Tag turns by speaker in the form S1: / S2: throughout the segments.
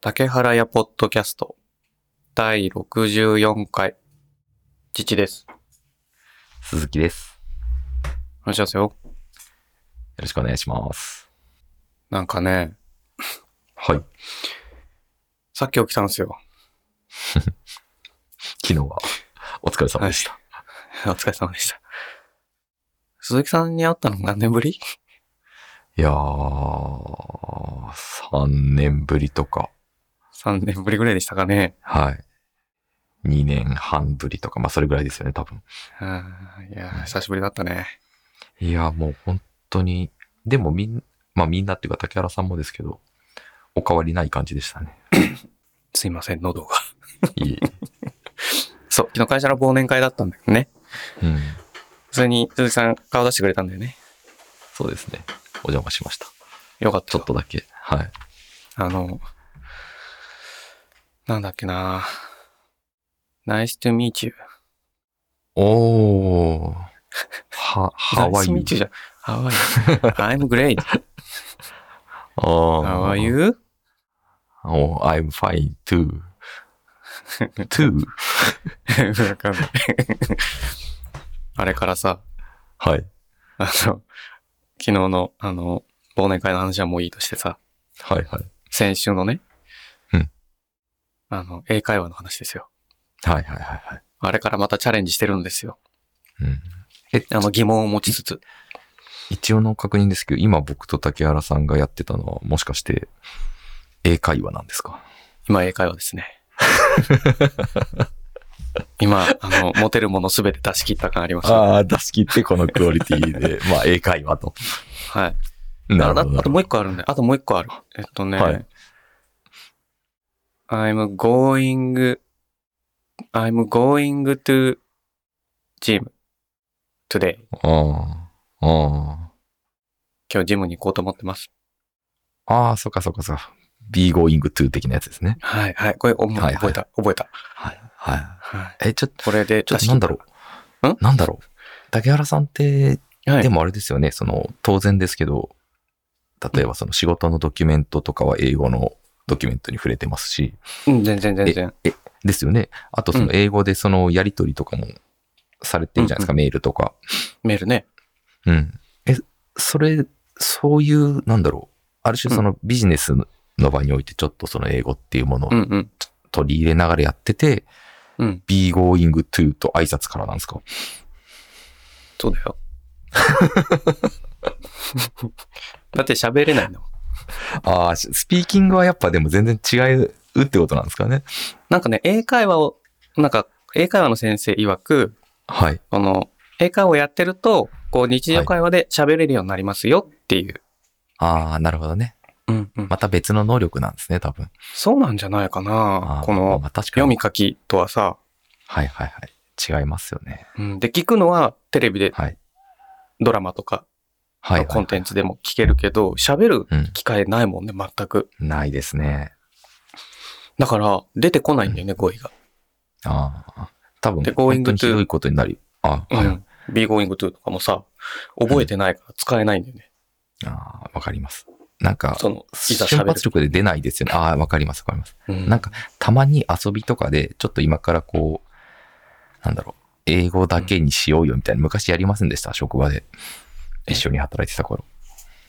S1: 竹原屋ポッドキャスト第64回。父です。
S2: 鈴木です。
S1: お願いしますよ。
S2: よろしくお願いします。
S1: なんかね、
S2: はい。
S1: さっき起きたんですよ。
S2: 昨日は、お疲れ様です。
S1: した。お疲れ様でした。鈴木さんに会ったの何年ぶり
S2: い、やー、3年ぶりとか、
S1: ?3 年ぶりぐらいでしたかね。
S2: はい。2年半ぶりとか、まあそれぐらいですよね、多分。
S1: あーいやー、久しぶりだったね。
S2: いやー、もう本当に、でもみん、まあみんなっていうか竹原さんもですけど、お変わりない感じでしたね。
S1: すいません、喉が。
S2: い い。
S1: そう、昨日会社の忘年会だったんだけどね。
S2: うん。
S1: 普通に鈴木さん顔出してくれたんだよね。
S2: そうですね。お邪魔しました。
S1: よかった。
S2: ちょっとだけ。はい。
S1: あの、なんだっけな。Nice to meet you.
S2: おー。は、 ハワイ。
S1: Nice to meet you じゃん。ハワイ。I'm great.
S2: あー
S1: How are you?
S2: Oh, I'm fine too. too?
S1: わかんない。あれからさ、
S2: はい。
S1: あの、昨日の、あの、忘年会の話はもういいとしてさ、
S2: はいはい。
S1: 先週のね、
S2: うん。
S1: あの、英会話の話ですよ。
S2: はいはいはいはい。
S1: あれからまたチャレンジしてるんですよ。
S2: うん、
S1: あの、疑問を持ちつつ。
S2: 一応の確認ですけど、今僕と竹原さんがやってたのは、もしかして、英会話なんですか
S1: 今、英会話です ね。今、あの、持てるものすべて出し切った感ありました。
S2: あ、出し切ってこのクオリティで、 まあ、英会話と。
S1: はい。
S2: なるほど
S1: あ
S2: な
S1: あと
S2: る
S1: も
S2: ほ
S1: う一個あるんだよ。あともう一個ある。えっとね、
S2: はい
S1: I'm going, I'm going to gym today.
S2: ど。ああ。
S1: 今日ジムに行こうと思ってます。
S2: ああ。ああ、そっかそっかそっか。be going to 的なやつですね。
S1: はい、はい。これ、おも
S2: はいはい
S1: 覚えた、覚えた。
S2: はい。はい。
S1: はい。
S2: え、ちょっと、
S1: これで
S2: ち
S1: 出
S2: ょっと
S1: し切
S2: なん
S1: っ
S2: だ
S1: た、
S2: ろう。なんだろう。竹原さんって、
S1: はい、
S2: でもあれですよね、その、当然ですけど、例えばその仕事のドキュメントとかは英語のドキュメントに触れてますし、
S1: うん、全然全然。
S2: ですよね。あとその英語でそのやりとりとかもされてるじゃないですか、メールとか。
S1: メールね。
S2: うん。え、それ、そういう、なんだろう。ある種そのビジネスの場においてちょっとその英語っていうものを
S1: うんうん。
S2: 取り入れながらやってて、
S1: うん、
S2: be going to と挨拶からなんですか
S1: そうだ よ。だって喋れないの。
S2: ああ、スピーキングはやっぱでも全然違うってことなんですかね。
S1: なんかね、英会話を、なんか、英会話の先生曰く、
S2: はい。
S1: この、英会話をやってると、こう、日常会話で喋れるようになりますよっていう。
S2: ああ、なるほどね。
S1: うんうん。
S2: また別の能力なんですね、多分。
S1: そうなんじゃないかな
S2: あ。ー
S1: こ
S2: まあ
S1: の、
S2: まあ確か
S1: 読
S2: に
S1: み書きとはさ、
S2: はいはいはい。違いますよね。
S1: うん、で、聞くのはテレビで
S2: はい。
S1: ドラマとか
S2: はい、
S1: の
S2: はい。
S1: コンテンツでも聞けるけど、喋る
S2: うん。
S1: 機会ないもんね、全く。
S2: ないですね。
S1: だから、出てこないんだよね、語彙が。
S2: ああ。多分、
S1: で going
S2: 本当にひどいことになり。あ、
S1: う
S2: はい。
S1: ん。be going to とかもさ、覚えてないから使えないんだよね。
S2: ああ、わかります。なんか、
S1: その、いざ
S2: 瞬
S1: 喋る
S2: 発。力で出ないですよね。ああ、わかります、わかります。
S1: うん
S2: なんか、たまに遊びとかで、ちょっと今からこう、なんだろう、英語だけにしようよみたいな、昔やりませんでした、職場で。一緒に働いてた頃。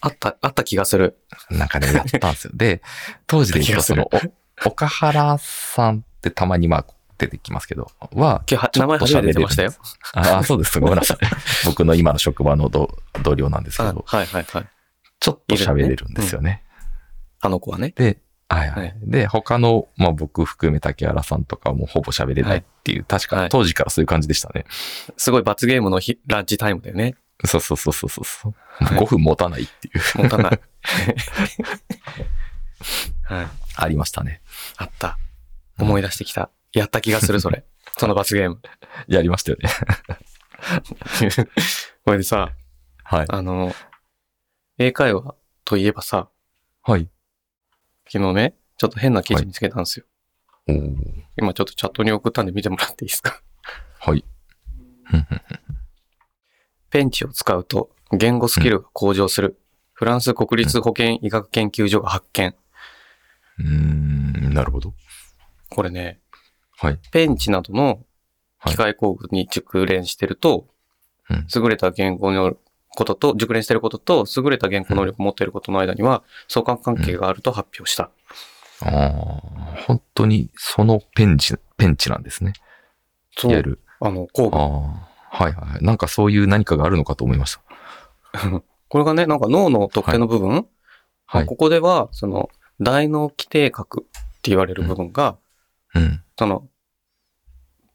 S1: あった、あった気がする。
S2: なんかね、やったんですよ。で、当時で言うと、 その、お岡原さんってたまにまあ、出てきますけど、は、
S1: 今日は、名前初めて出てましたよ。
S2: ああ、そうです。ごめんな さい。僕の今の職場の同同僚なんですけ
S1: あ
S2: ど、
S1: はいはいはい。
S2: ちょっと喋れるんですよね。
S1: あの子はね。
S2: で、はいはい。
S1: はい
S2: で、他の、まあ僕含め竹原さんとかはもうほぼ喋れないっていう、確
S1: は
S2: か
S1: い
S2: 当時からそういう感じでしたね。
S1: すごい罰ゲームの日ランチタイムだよね。
S2: そうそうそうそうそう。
S1: い
S2: 5分持たないっていう、
S1: 持 たない。はい。
S2: ありましたね。
S1: あった。思い出してきた。やった気がする、そ れ。その罰ゲーム。
S2: やりましたよね。
S1: これでさ、
S2: はい。
S1: あの、英会話といえばさ、
S2: はい。
S1: 昨日ね、ちょっと変な記事見つけたんですよ。
S2: おー
S1: 今ちょっとチャットに送ったんで見てもらっていいですか。
S2: はい。
S1: ペンチを使うと言語スキルが向上する。フランス国立保健医学研究所が発見。
S2: うーん、なるほど。
S1: これね、
S2: はい。
S1: ペンチなどの機械工具に熟練してると、
S2: はいうん
S1: 優れた言語のことと、熟練してることと、優れた言語能力を持っていることの間には、相関関係があると発表した。
S2: ああ、本当にそのペンチ、ペンチなんですね。
S1: そ
S2: いうわゆる。
S1: あの、工具。
S2: ああ、はいはいはい。なんかそういう何かがあるのかと思いました。
S1: これがね、なんか脳の特定の部分、ま
S2: は
S1: あ
S2: い。
S1: ここでは、その、大脳基底核って言われる部分が、
S2: うん。
S1: その、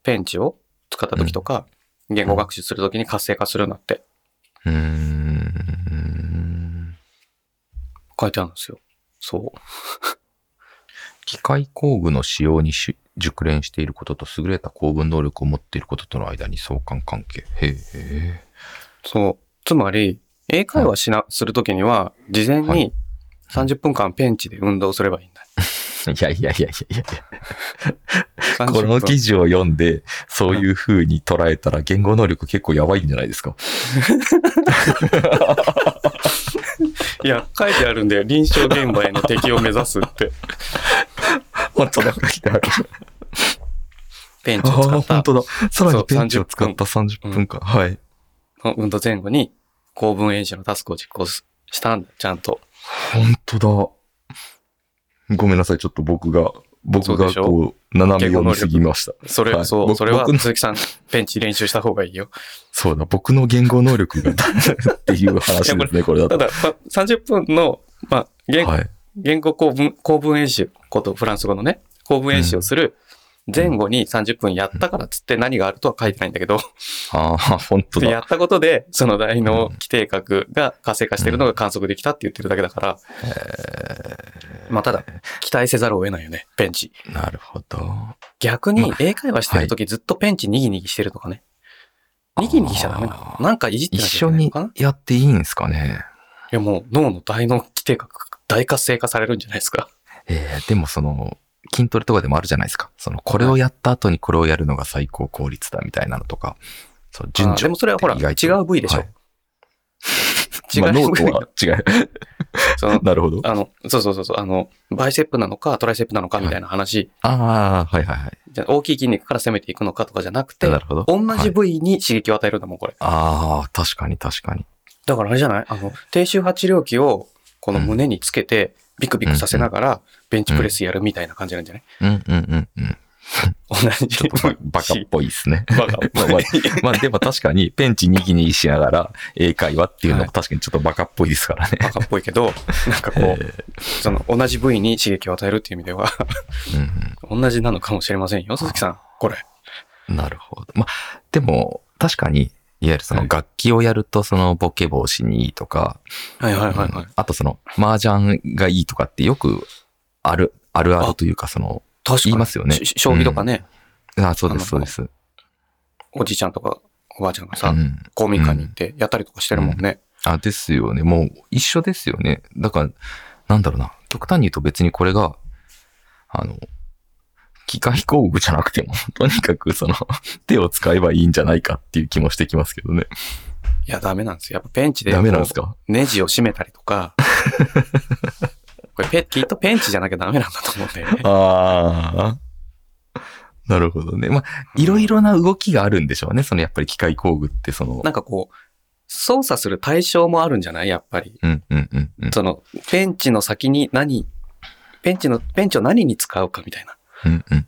S1: ペンチを使った時とか、言語学習する時に活性化するなって
S2: うーん。
S1: 書いてあるんですよ。そう。
S2: 機械工具の使用にし熟練していることと優れた工具能力を持っていることとの間に相関関係。へえ。
S1: そう。つまり、英会話しな、するときには、事前
S2: は
S1: に30分間ペンチで運動すればいいんだ。
S2: いやいやいやいやいや。
S1: 30
S2: こ
S1: 分
S2: の記事を読んで、そういう風に捉えたら言語能力結構やばいんじゃないですか。
S1: いや、書いてあるんだよ。臨床現場への適応を目指すって。
S2: 本当だ、書いてある。
S1: ペン
S2: あ
S1: チを使
S2: あ、
S1: っ
S2: 本
S1: た
S2: 当だ。さら
S1: そ
S2: に
S1: う
S2: ペンチを使った30分間。はい。
S1: 運動前後に、公文演習のタスクを実行すしたんだ、ちゃんと。
S2: 本当だ。ごめんなさい、ちょっと僕が、僕
S1: そう
S2: が
S1: でしょ
S2: こう、斜め読みすぎました。
S1: それ、
S2: はい
S1: そう、
S2: 僕
S1: それは
S2: 僕の
S1: 鈴木さん、ペンチ練習した方がい いよ。
S2: そうだ、僕の言語能 力がっていう話ですね、これ
S1: た
S2: だと。
S1: だ、まあ30分の、まあ、言
S2: はい。
S1: 言語公文、公文演習、ことフランス語のね、公文演習をする前後に30分やったからっつって何があるとは書いてないんだけど、
S2: ああ、本当
S1: や
S2: だ。
S1: ったことで、その大脳規定核が活性化してるのが観測できたって言ってるだけだから、まあただ、期待せざるを得ないよね、ペンチ。
S2: なるほど。
S1: 逆に英会話してるときずっとペンチにぎにぎしてるとかね。にぎにぎしちゃダメな
S2: あ
S1: の。なんかいじって
S2: 一
S1: なきゃい
S2: 緒
S1: けないの
S2: に
S1: かない
S2: やっていいんですかね。
S1: やもう脳の大脳規定核大活性化されるんじゃないですか。
S2: えー、でもその、筋トレとかでもあるじゃないですか。その、これをやった後にこれをやるのが最高効率だみたいなのとか。そう、順
S1: あー
S2: 序
S1: でもそれはほら、
S2: っ
S1: 違
S2: て意外と
S1: う部位でしょ。
S2: はい
S1: 違う
S2: まあ、ノー
S1: 部位
S2: トは違う。
S1: その、
S2: なるほど。
S1: あの、そうそうそうそう、あの、バイセップなのか、トライセップなのかみたいな話、
S2: ああ、はいはいはい。
S1: じゃ大きい筋肉から攻めていくのかとかじゃなくて、
S2: なるほど。
S1: 同
S2: は
S1: じ
S2: い
S1: 部位に刺激を与えるんだもん、これ。
S2: ああ、確かに確かに。
S1: だからあれじゃないあの、低周波治療器を、この胸につけて、ビクビクさせながら、ベンチプレスやるみたいな感じなんじゃない、
S2: うんうんうんうん。
S1: 同じ
S2: ちょっとばバカっぽいで すね。
S1: バカっぽい
S2: まあまあでも確かにペンチにぎにぎしながら英会話っていうの
S1: は
S2: も確かにちょっとバカっぽいですからね。
S1: バカっぽいけ ど、なんかこう、その、同じ部位に刺激を与えるっていう意味では、
S2: うん
S1: 同じなのかもしれませんよ、鈴木さん。これ。
S2: うんなるほど。まあでも確かに、いわゆるそ
S1: は
S2: の
S1: い
S2: 楽器をやるとそのボケ防止にいいとか、
S1: はいはいはいは
S2: う
S1: い
S2: ん。あとその麻雀がいいとかってよくある、あるあるというかその、
S1: 確かに。
S2: 言いますよね
S1: し将棋とかね、
S2: あ、そうで
S1: あの
S2: すそうです。
S1: おじいちゃんとか、おばあちゃんがさ、
S2: うん
S1: 公民館に行ってやったりとかしてるもんね。
S2: あ、ですよね。もう一緒ですよね。だから、なんだろうな。極端に言うと別にこれが、あの、機械工具じゃなくても、 とにかくその、 手を使えばいいんじゃないかっていう気もしてきますけどね。
S1: いや、ダメなんですよ。やっぱペンチで。
S2: ダメなんですか
S1: ネジを締めたりとか。これペ、きっとペンチじゃなきゃダメなんだと思うんだよね。
S2: ああ。 なるほどね。まあ、いろいろな動きがあるんでしょうね。そのやっぱり機械工具ってその
S1: な、んかこう、操作する対象もあるんじゃないやっぱり。
S2: うんうんうんうん。
S1: その、ペンチの先に何、ペンチの、ペンチを何に使うかみたいな。
S2: うんうん。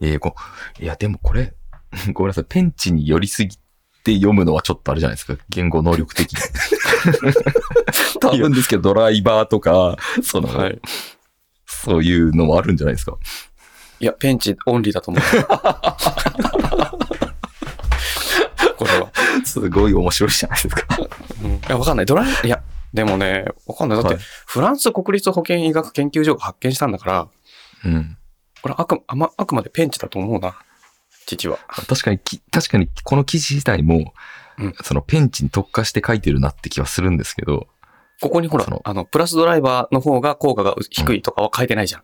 S2: いやいや、こういやでもこれ、 ごめんなさい。ペンチに寄りすぎて読むのはちょっとあれじゃないですか。言語能力的に。 多分ですけど、ドライバーとか、その、
S1: はい。
S2: そういうのもあるんじゃないですか。
S1: いや、ペンチオンリーだと思う。これは。
S2: すごい面白いじゃないですか。
S1: うん、いや、わかんない。ドライ、いや、でもね、わかんない。だって、
S2: はい
S1: フランス国立保健医学研究所が発見したんだから、
S2: うん。
S1: これあくあまあくまでペンチだと思うな、父は。
S2: 確かにき、確かに、この記事自体も、
S1: うん
S2: そのペンチに特化して書いてるなって気はするんですけど、
S1: ここにほら
S2: その、
S1: あの、プラスドライバーの方が効果が低いとかは書いてないじゃん。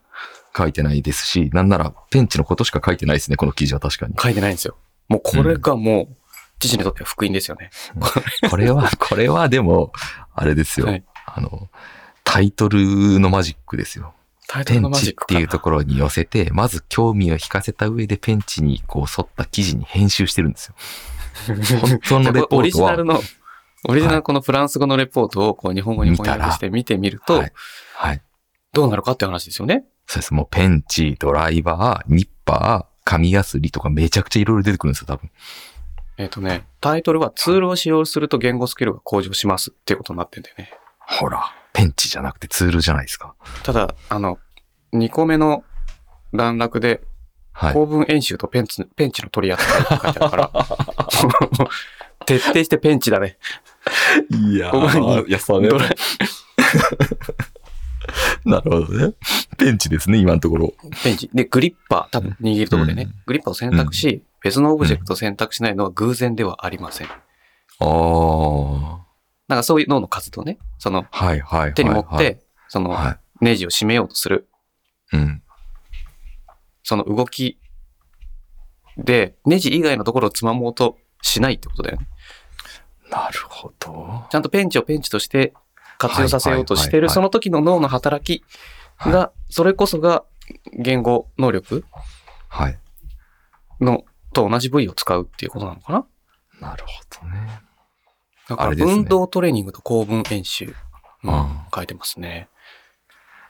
S2: 書いてないですし、なんならペンチのことしか書いてないですね、この記事は確かに。
S1: 書いてないんですよ。もうこれがもう、父にとっては福音ですよね。
S2: これは、これはでも、あれですよ。
S1: はい
S2: あの、タイトルのマジックですよ。
S1: タイトル
S2: ペ
S1: の
S2: ン
S1: マ
S2: チ
S1: ジッ
S2: っ
S1: ク
S2: て
S1: か
S2: いうところに寄せて、まず興味を引かせた上でペンチにこう沿った記事に編集してるん ですよ。本当のレポ
S1: オリ
S2: ー
S1: ジ
S2: ト
S1: ナ
S2: は
S1: ル。の、オリジナルこのフランス語のレポートをこう日本語に翻訳して見てみると
S2: は、い。はい。
S1: どうなるかって話ですよね。
S2: そうです。もうペンチ、ドライバー、ニッパー、紙やすりとかめちゃくちゃいろいろ出てくるんですよ、多分。
S1: えっ、とね、タイトルはツールを使用すると言語スキルが向上しますっていうことになってんだよね。
S2: ほら。ペンチじゃなくてツールじゃないですか。
S1: ただ、あの、2個目の段落で、
S2: はい。
S1: 構文演習とペンチ、ペンチの取り扱いって書いてある から、もう徹底してペンチだね。
S2: いや
S1: ー
S2: いや、そ
S1: ドライ
S2: なるほどね。ペンチですね、今のところ。
S1: ペンチ。で、グリッパー、多分握るところでね、
S2: うん
S1: グリッパーを選択し、別のオブジェクトを選択しないのは偶然ではありません。
S2: あ
S1: なんかそういう脳の活動ね、その
S2: あ。はいはいはい、はい。
S1: 手に持って、その
S2: は
S1: ネジを締めようとする、
S2: い。うん。
S1: その動きで、ネジ以外のところをつまもうとしないってことだよね。
S2: なるほど。
S1: ちゃんとペンチをペンチとして活用させようとして
S2: はいはいはい
S1: る、
S2: はい
S1: その時の脳の働き
S2: は
S1: が、それこそが言語能力
S2: はい。
S1: のと同じ部位を使うっていうことなのかな
S2: なるほどね。
S1: だか
S2: あ
S1: ら
S2: れですね
S1: 運動トレーニングと構文演習、う
S2: うん
S1: ん、書いてますね。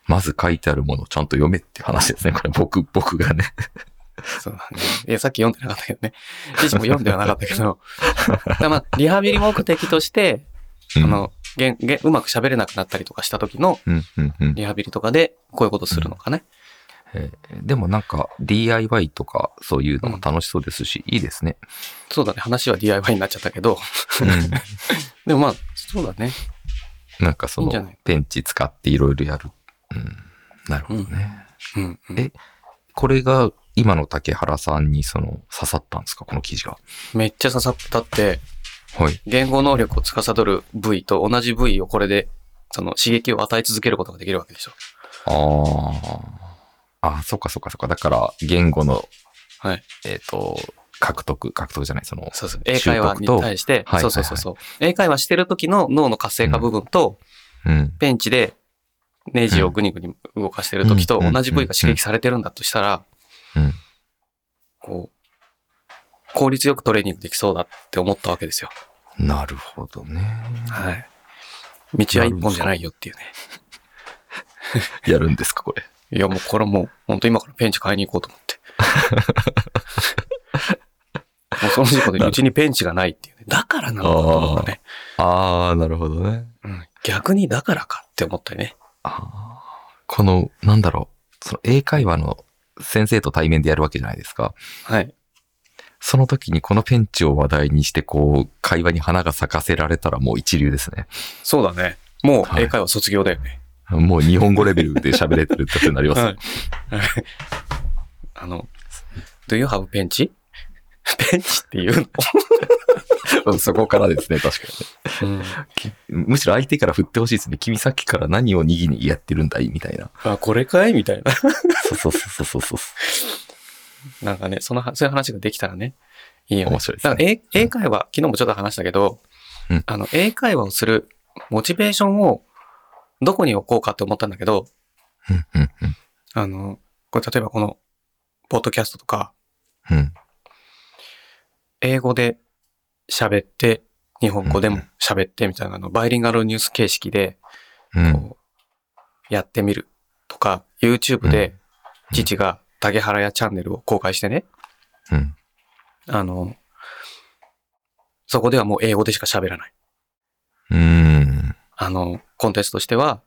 S2: まず書いてあるものをちゃんと読めっていう話ですね。これ僕、僕がね。
S1: そうだね。いや、さっき読んでなかったけどね。記事も読んではなかったけ ど。だからまあ、リハビリ目的として、
S2: う
S1: あ
S2: ん、
S1: の、げんげんうまく喋れなくなったりとかした時の
S2: うん、うん、うん。
S1: リハビリとかで、こういうことするのかね。
S2: えーでもなんか DIY とかそういうのも楽しそうですし、いいですね。
S1: そうだね。話は DIY になっちゃったけど。
S2: うん
S1: でもまあ、そうだね。
S2: なんかそ
S1: いいんじゃな
S2: の
S1: い
S2: ペンチ使っていろいろやる。うん。なるほどね。
S1: うん、うん
S2: えこれが今の竹原さんにその刺さったんですかこの記事が。
S1: めっちゃ刺さったって、
S2: はい。
S1: 言語能力を司る部位と同じ部位をこれで、その刺激を与え続けることができるわけでしょ。
S2: ああ。あ、そっかそっかそっか。だから言語の、
S1: はい。
S2: えっ、と、獲得、獲得じゃない、その、
S1: そうそう。英会話に対して、
S2: はいはいは
S1: そ
S2: いう
S1: そうそうそう。英会話してる時の脳の活性化部分と、
S2: うん。
S1: ペンチでネジをグニグニ動かしてる時と
S2: うん
S1: 同じ部位が刺激されてるんだとしたら、
S2: うん。
S1: こう、効率よくトレーニングできそうだって思ったわけですよ。
S2: なるほどね。
S1: はい。道は一本じゃないよっていうね。
S2: やるんですか、これ。
S1: いや、もうこれもう、本当今からペンチ買いに行こうと思って。もうその事故でうちにペンチがないっていうね。だからなのかと思ったね。
S2: ああ、なるほどね。
S1: うん逆にだからかって思ったね。
S2: あーこの、なんだろう、その英会話の先生と対面でやるわけじゃないですか。
S1: はい。
S2: その時にこのペンチを話題にして、こう、会話に花が咲かせられたらもう一流ですね。
S1: そうだね。もう
S2: はい
S1: 英会話卒業だよね。
S2: もう日本語レベルで喋れてるってことになりますね。
S1: はいあの、Do you have ペンチ ペンチっていうの
S2: うんそこからですね、確か
S1: うん、
S2: にね。むしろ相手から振ってほしいですね。君さっきから何を握りやってるんだいみたいな。
S1: あ、これかいみたいな。
S2: そうそうそうそうそうそ
S1: なんかね、そのは、そういう話ができたらね、いいよ、ね。
S2: 面白いですね
S1: だから英英会話、昨日もちょっと話したけど、
S2: うん
S1: あの、英会話をするモチベーションをどこに置こうかって思ったんだけど、
S2: う。うん、うん、
S1: あの、これ例えばこの、ポッドキャストとか、
S2: うん。うん。
S1: 英語で喋って、日本語でも喋ってみたいなの、バイリンガルニュース形式で、
S2: うん。
S1: こう、やってみるとか、YouTube で、父が竹原屋チャンネルを公開してね、
S2: うん。
S1: あの、そこではもう英語でしか喋らない。
S2: うん。
S1: あの、コンテンツとしては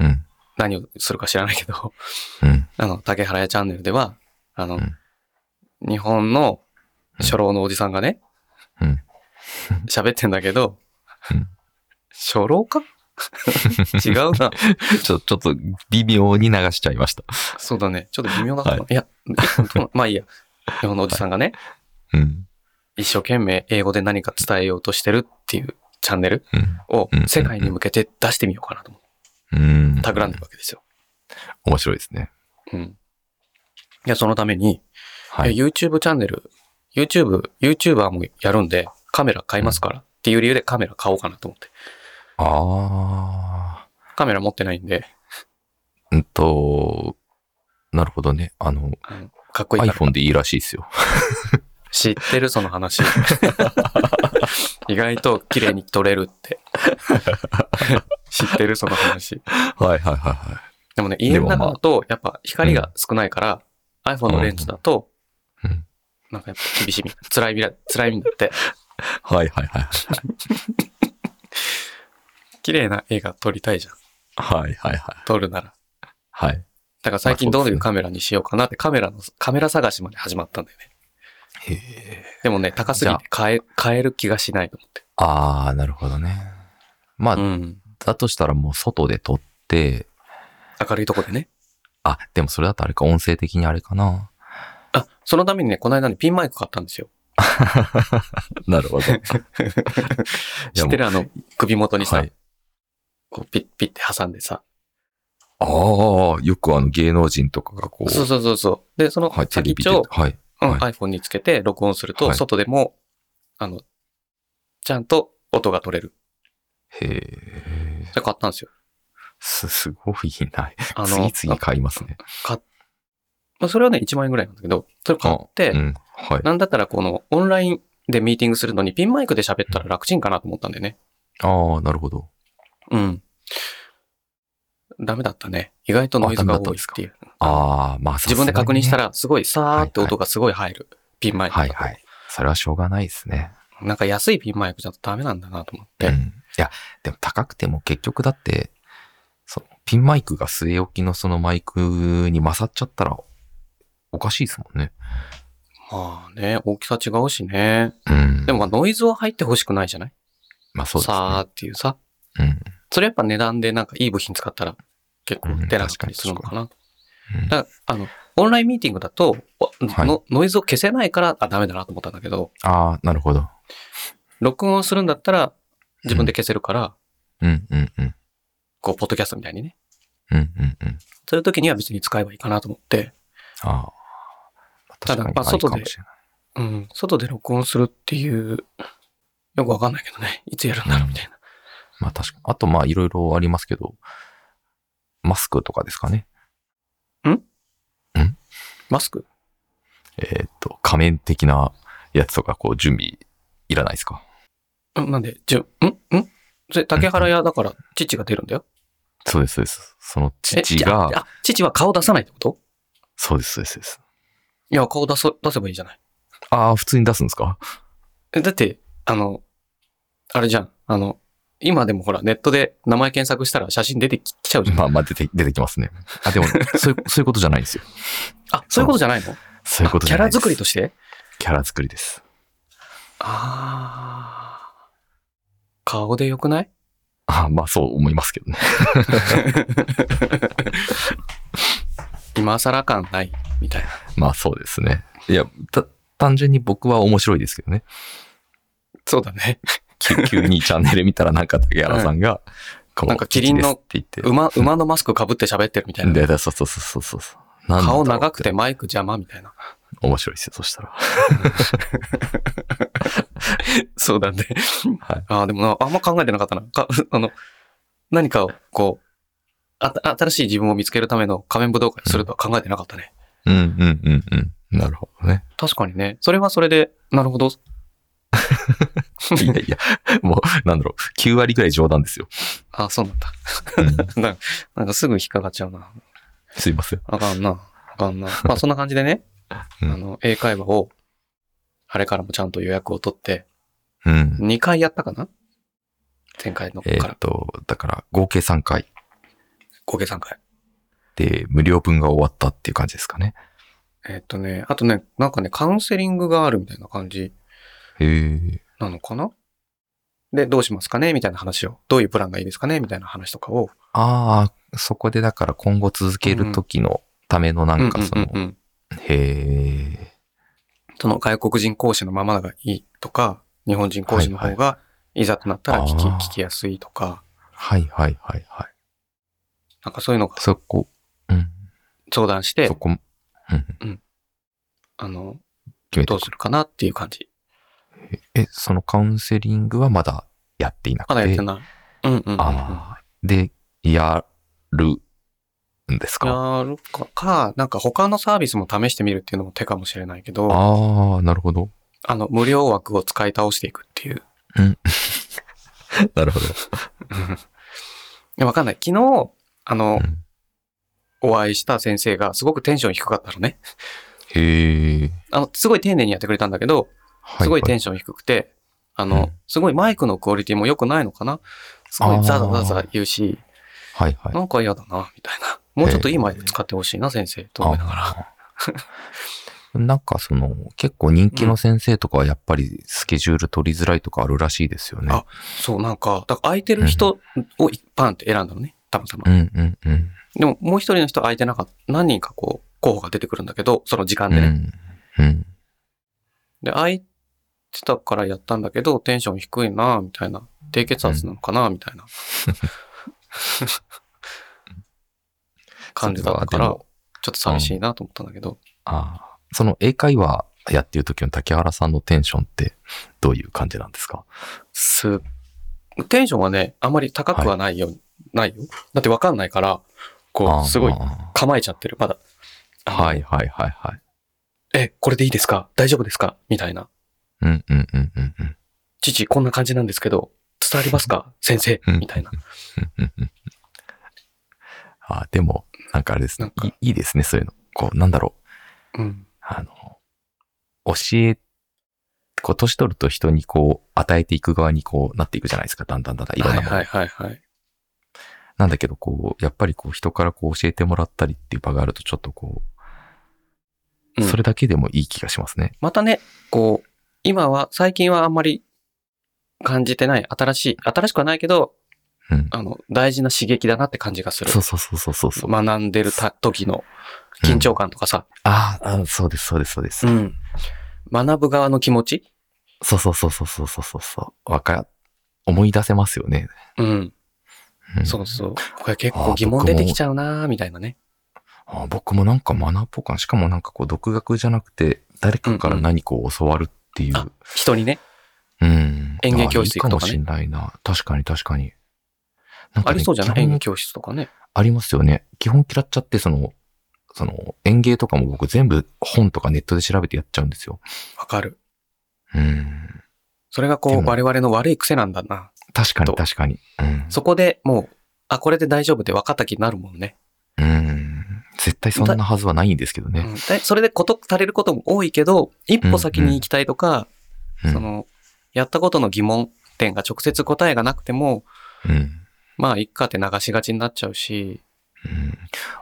S2: うん。
S1: 何をするか知らないけど、
S2: うん。
S1: あの、竹原屋チャンネルでは、あの、
S2: うん
S1: 日本の初老のおじさんがね
S2: うん、
S1: 喋、ってんだけど、
S2: うん
S1: 初老か 違うな。
S2: ちょ、ちょっと微妙に流しちゃいました。
S1: そうだね。ちょっと微妙だったな。、
S2: はい
S1: や、どうまあいいや。日本のおじさんがね、
S2: うん。
S1: 一生懸命英語で何か伝えようとしてるっていうチャンネル
S2: うん。
S1: を
S2: うん
S1: 世界に向けて出してみようかなと思って、
S2: うん。
S1: 企んでるわけですよ。
S2: 面白いですね。
S1: うん。いや、そのために、
S2: はいい。
S1: や YouTube チャンネル、YouTube、YouTuber もやるんで、カメラ買いますからっていう理由でカメラ買おうかなと思って。
S2: あ
S1: カメラ持ってないんで、
S2: うんと、なるほどね。あの、
S1: かっこいいから
S2: iPhone でいいらしいですよ。
S1: 知ってる、その話。意外と綺麗に撮れる って。知ってる、その話。
S2: はいはいはいは
S1: でもね、家の中だと、やっぱ光が少ないから、iPhone のレンズだと
S2: うん、
S1: なんかやっぱ厳しいみたい。辛いみたい、辛いんだって。
S2: い。はいはいはい。
S1: 綺麗な映画撮りたいじゃん。
S2: はいはいはい。
S1: 撮るなら。
S2: はい。
S1: だから最近どういうカメラにしようかなって、カメラの、カメラ探しまで始まったんだよね。
S2: へえ。
S1: でもね、高すぎて買え、買える気がしないと思って。
S2: あー、なるほどね。まあ、
S1: うん。
S2: だとしたらもう外で撮って、
S1: 明るいとこでね。
S2: あ、でもそれだとあれか、音声的にあれかな。
S1: あ、そのためにね、この間ね、ピンマイク買ったんですよ。
S2: なるほ ど。
S1: 知ってるあの、首元にさ、
S2: はい
S1: こうピッピッて挟んでさ。
S2: ああ、よくあの芸能人とかがこう、
S1: そうそうそうそう。で、その
S2: はい、テ
S1: 先
S2: レ
S1: っ
S2: ビ
S1: ち
S2: で、
S1: ょを、
S2: はい。
S1: うん
S2: は
S1: iPhone につけて録音すると、
S2: はい
S1: 外でも、あの、ちゃんと音が取れる。
S2: へえ、
S1: それ買ったん ですよ。
S2: す、すごいな。
S1: あの、
S2: 次々買いますね。
S1: まあ、それはね、1万円ぐらいなんだけど、それ買って、
S2: うん、はい。
S1: なんだったらこの、オンラインでミーティングするのにピンマイクで喋ったら楽ちんかなと思ったんだよね。
S2: ああ、なるほど。
S1: うん。ダメだったね。意外とノイズが多いっていう。
S2: ああ、まあ、
S1: 自分で確認した
S2: ら。
S1: ら、すごいさーって音がすごい入る。ピンマイクだ
S2: は
S1: と。
S2: いはい。それはしょうがないですね。
S1: なんか安いピンマイクじゃダメなんだなと思っ
S2: う
S1: て。
S2: ん。いや、でも高くても結局だって、そのピンマイクが据え置きのそのマイクに勝っちゃったら、おかしいですもんね。
S1: まあね、大きさ違うしね。
S2: うん。
S1: でもまあノイズは入ってほしくないじゃない
S2: まあそうですね。
S1: さーっていうさ。
S2: うん。
S1: それやっぱ値段でなんかいい部品使ったら結構出なかったりするのかな。
S2: うん
S1: だからあの、オンラインミーティングだと、お
S2: はい
S1: のノイズを消せないから、あ、ダメだなと思ったんだけど、
S2: ああ、なるほど。
S1: 録音するんだったら自分で消せるから、
S2: うんうんうん。
S1: こう、ポッドキャストみたいにね。
S2: うんうんうん。
S1: そういう時には別に使えばいいかなと思って、
S2: ああ。
S1: ただ
S2: 確かに
S1: まあ
S2: いいか
S1: 外で
S2: もしれない
S1: うん、外で録音するっていう、よくわかんないけどね、いつやるんだろうみたいな。
S2: まあ確かに。あとまあいろいろありますけど、マスクとかですかね。
S1: マスク
S2: えーっと、仮面的なやつとかこう準備いらないですか。
S1: うんなんで、じゅ、んんそれ、竹原屋だから、父が出るんだよ。
S2: そうです、そうです。その
S1: え
S2: 父
S1: じゃ
S2: が
S1: あ、あ、父は顔出さないってこと
S2: そうです、そうですそうです。
S1: いや、顔出そ、出せばいいじゃない。
S2: ああ、普通に出すんですか
S1: えだって、あの、あれじゃん。あの、今でもほら、ネットで名前検索したら写真出てきちゃうじゃん。
S2: まあまあ出て、出てきますね。あ、でも、そ ういう、そういうことじゃないんですよ。
S1: あ、そういうことじゃないの
S2: そういうこと
S1: あ
S2: じ
S1: キ
S2: ゃ
S1: ャラ
S2: ないです。
S1: 作りとして
S2: キャラ作りです。
S1: ああ。顔でよくない
S2: ああ、まあそう思いますけどね。
S1: 今更感ないみたいな。
S2: まあそうですね。いや、た、単純に僕は面白いですけどね。
S1: そうだね。
S2: 急急にチャンネル見たらなんか竹原さんが、こう
S1: なんかキリンの
S2: 父ですって言って。
S1: 馬、馬のマスク被って喋ってるみたいな。
S2: で、でそうそうそうそうそう。なんだろ
S1: 顔
S2: う
S1: 長くてマイク邪魔みたいな。
S2: 面白いですよ、そしたら。
S1: そうだね。
S2: はい。
S1: ああ、でもなあんま考えてなかったな。か あの、何かをこう、あた新しい自分を見つけるための仮面武道会をするとは考えてなかったね。
S2: うんうんうんうん。なるほ どね。
S1: 確かにね。それはそれで、なるほど。
S2: いやいや、もう、なんだろう、9割ぐらい冗談ですよ。
S1: あ、そうなんだ。
S2: うん
S1: なんかなんかすぐ引っかかっちゃうな。
S2: すいません。
S1: あかんな。あかんな。まあそんな感じでね、
S2: うん
S1: あの、英会話を、あれからもちゃんと予約を取って、
S2: うん。
S1: 2回やったかな前回のか
S2: えー
S1: ら
S2: っ、と、だから、合計3回
S1: 合計3回。
S2: で無料分が終わったっていう感じですかね。
S1: えっ、とね、あとね、なんかね、カウンセリングがあるみたいな感じ
S2: へえ。
S1: なのかなで、どうしますかねみたいな話を。どういうプランがいいですかねみたいな話とかを。
S2: ああ、そこでだから今後続ける時のためのなんかその
S1: うん、うんうんうん
S2: へえ。
S1: その外国人講師のままがいいとか、日本人講師の方が、いざとなったら聞き,、
S2: あー
S1: 聞きやすいとか、
S2: はいはいはいはい。
S1: なんかそういうのが
S2: そこ、うん。
S1: 相談して
S2: そ、こ、うんうん。
S1: あの、
S2: 決めて
S1: どうするかなっていう感じ。
S2: え、そのカウンセリングはまだやっていなくて。
S1: まだやってない。うんうんうんうん、
S2: ああ。で、やるんですか
S1: やるか、か、なんか他のサービスも試してみるっていうのも手かもしれないけど、あ
S2: ああ、なるほど。
S1: の、無料枠を使い倒していくっていう。
S2: なるほど。
S1: いやわかんない。昨日、あの、
S2: うん
S1: お会いした先生がすごくテンション低かったのね。
S2: へえ。
S1: あの、すごい丁寧にやってくれたんだけど、
S2: は
S1: すごいテン
S2: シ
S1: ション低くて、あ
S2: う
S1: の
S2: ん、
S1: すごいマイクのクオリティも良くないのかなすごいザザザザ言うし、
S2: ョン。はいはい。
S1: なんか嫌だな、みたいな。もうちょっといいマイク使ってほしいな、先生、と思いながら。
S2: あーなんかその、結構人気の先生とかはやっぱりスケジュール取りづらいとかあるらしいですよね。
S1: あそう、なんか、だから空いてる人をパンって選んだのね、たまたま
S2: う。んうんうん。
S1: でも、もう一人の人は空いてなかった。何人かこう、候補が出てくるんだけど、その時間
S2: う
S1: でね。
S2: ん。うん。
S1: で、空いてたからやったんだけど、テンション低いな、みたいな。低血圧なのかな、みたい な。感じだったから、ち
S2: それはで
S1: ょ
S2: も
S1: っと寂しいなと思ったんだけど。
S2: ああ。その英会話やってる時の竹原さんのテンションってどういう感じなんですか
S1: す、テンションはね、あまり高くはないよ、ないよ。だってわかんないから、こう、すごい
S2: ああ
S1: 構えちゃってる、まだ。
S2: はいはいはいはい。
S1: え、これでいいですか大丈夫ですかみたいな。
S2: うんうんうんうんうん。
S1: 父、こんな感じなんですけど、伝わりますか先生
S2: うん
S1: みたいな。
S2: あ、でも、なんかあれですね
S1: なんか。
S2: いいいですね、そういうの。こう、なんだろう。
S1: うん。
S2: あの、教え、こう、年取ると人にこう、与えていく側にこう、なっていくじゃないですか。だんだんだんだん、いろ
S1: は
S2: んないもの。
S1: はいはいはい。
S2: なんだけど、こう、やっぱりこう、人からこう、教えてもらったりっていう場があると、ちょっとこう、
S1: うん
S2: それだけでもいい気がしますね。
S1: またね、こう、今は、最近はあんまり感じてない、新しい、新しくはないけど、
S2: うん。
S1: あの、大事な刺激だなって感じがする。
S2: そうそうそうそうそうそう。
S1: 学んでるた時の緊張感とかさ、
S2: あーあー、そうです、そうです、そうです。
S1: うん学ぶ側の気持ち
S2: そうそうそうそうそうそうそう。わか、思い出せますよね。
S1: うん。
S2: うん
S1: そうそう。これ結
S2: あ
S1: 構
S2: ー
S1: 疑問出てきちゃうなーみたいなね。
S2: あ僕もなんかマナーっぽくなしかもなんかこう独学じゃなくて、誰かから何こう教わるっていう。
S1: あ人にね。
S2: うん。
S1: 園芸教室行くとかね
S2: あいいかもしんないな。確かに確かに。な
S1: ありそうじゃない
S2: 基
S1: 演
S2: 本
S1: 技教室とかね。
S2: ありますよね。基本嫌っちゃって、その、その、園芸とかも僕全部本とかネットで調べてやっちゃうんですよ。
S1: わかる。
S2: うん。
S1: それが
S2: で
S1: こう、
S2: も
S1: 我々の悪い癖なんだな。
S2: 確か
S1: と
S2: に確かに。うん。
S1: そこでもう、あ、これで大丈夫って分かった気になるもんね。
S2: うん。絶対そんなはずはないんですけど
S1: う
S2: ね。
S1: んでそれでこと足りることも多いけど、一歩先に行きたいとか、
S2: うん
S1: その、やったことの疑問点が直接答えがなくても、
S2: うん。
S1: まあ、いっかって流しがちになっちゃうし、
S2: うん、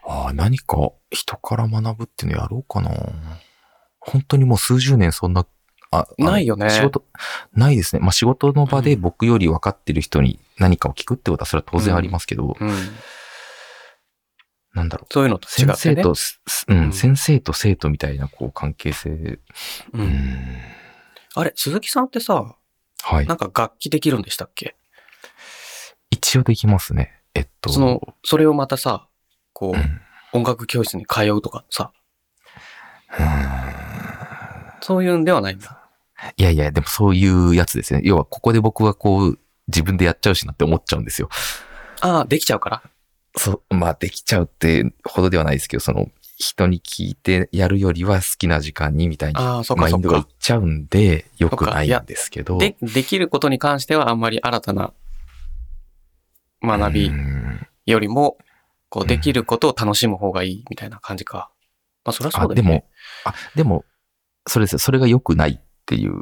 S2: ああ、何か人から学ぶっていうのやろうかな。本当にもう数十年そんな、ああの
S1: ないよね
S2: 仕事、ないですね。まあ仕事の場で僕より分かってる人に何かを聞くってことはそれは当然ありますけど、
S1: うん、
S2: なんだろう。
S1: そういうのと違
S2: 先
S1: って
S2: 生
S1: ね。
S2: とす、うん、
S1: うん
S2: 先生と生徒みたいなこう関係性。
S1: う、
S2: うんん
S1: あれ、鈴木さんってさ、
S2: はい
S1: な。んか楽器できるんでしたっけ
S2: 一応できますね。えっと。
S1: その、それをまたさ、こ
S2: うん、うん
S1: う、音楽教室に通うとかさ、そういうんではないんだ。
S2: いやいや、でもそういうやつですね。要はここで僕はこう、自分でやっちゃうしなって思っちゃうんですよ。
S1: ああ、できちゃうから。
S2: そう、まあできちゃうってほどではないですけど、その人に聞いてやるよりは好きな時間にみたいに
S1: ああ、そっか
S2: マイ
S1: そっ
S2: ンドがい
S1: か
S2: っ。ちゃうんで、よ
S1: そっ
S2: く
S1: か
S2: ない
S1: や
S2: いんですけど。
S1: で、できることに関してはあんまり新たな学
S2: う
S1: び
S2: ん
S1: よりも、こ
S2: う
S1: う、
S2: ん
S1: できることを楽しむ方がいいみたいな感じか。まあ、そりゃそ
S2: あ、
S1: うだ
S2: で
S1: よね
S2: も。、あ、でも、それですよ。それが良くないっ ていう、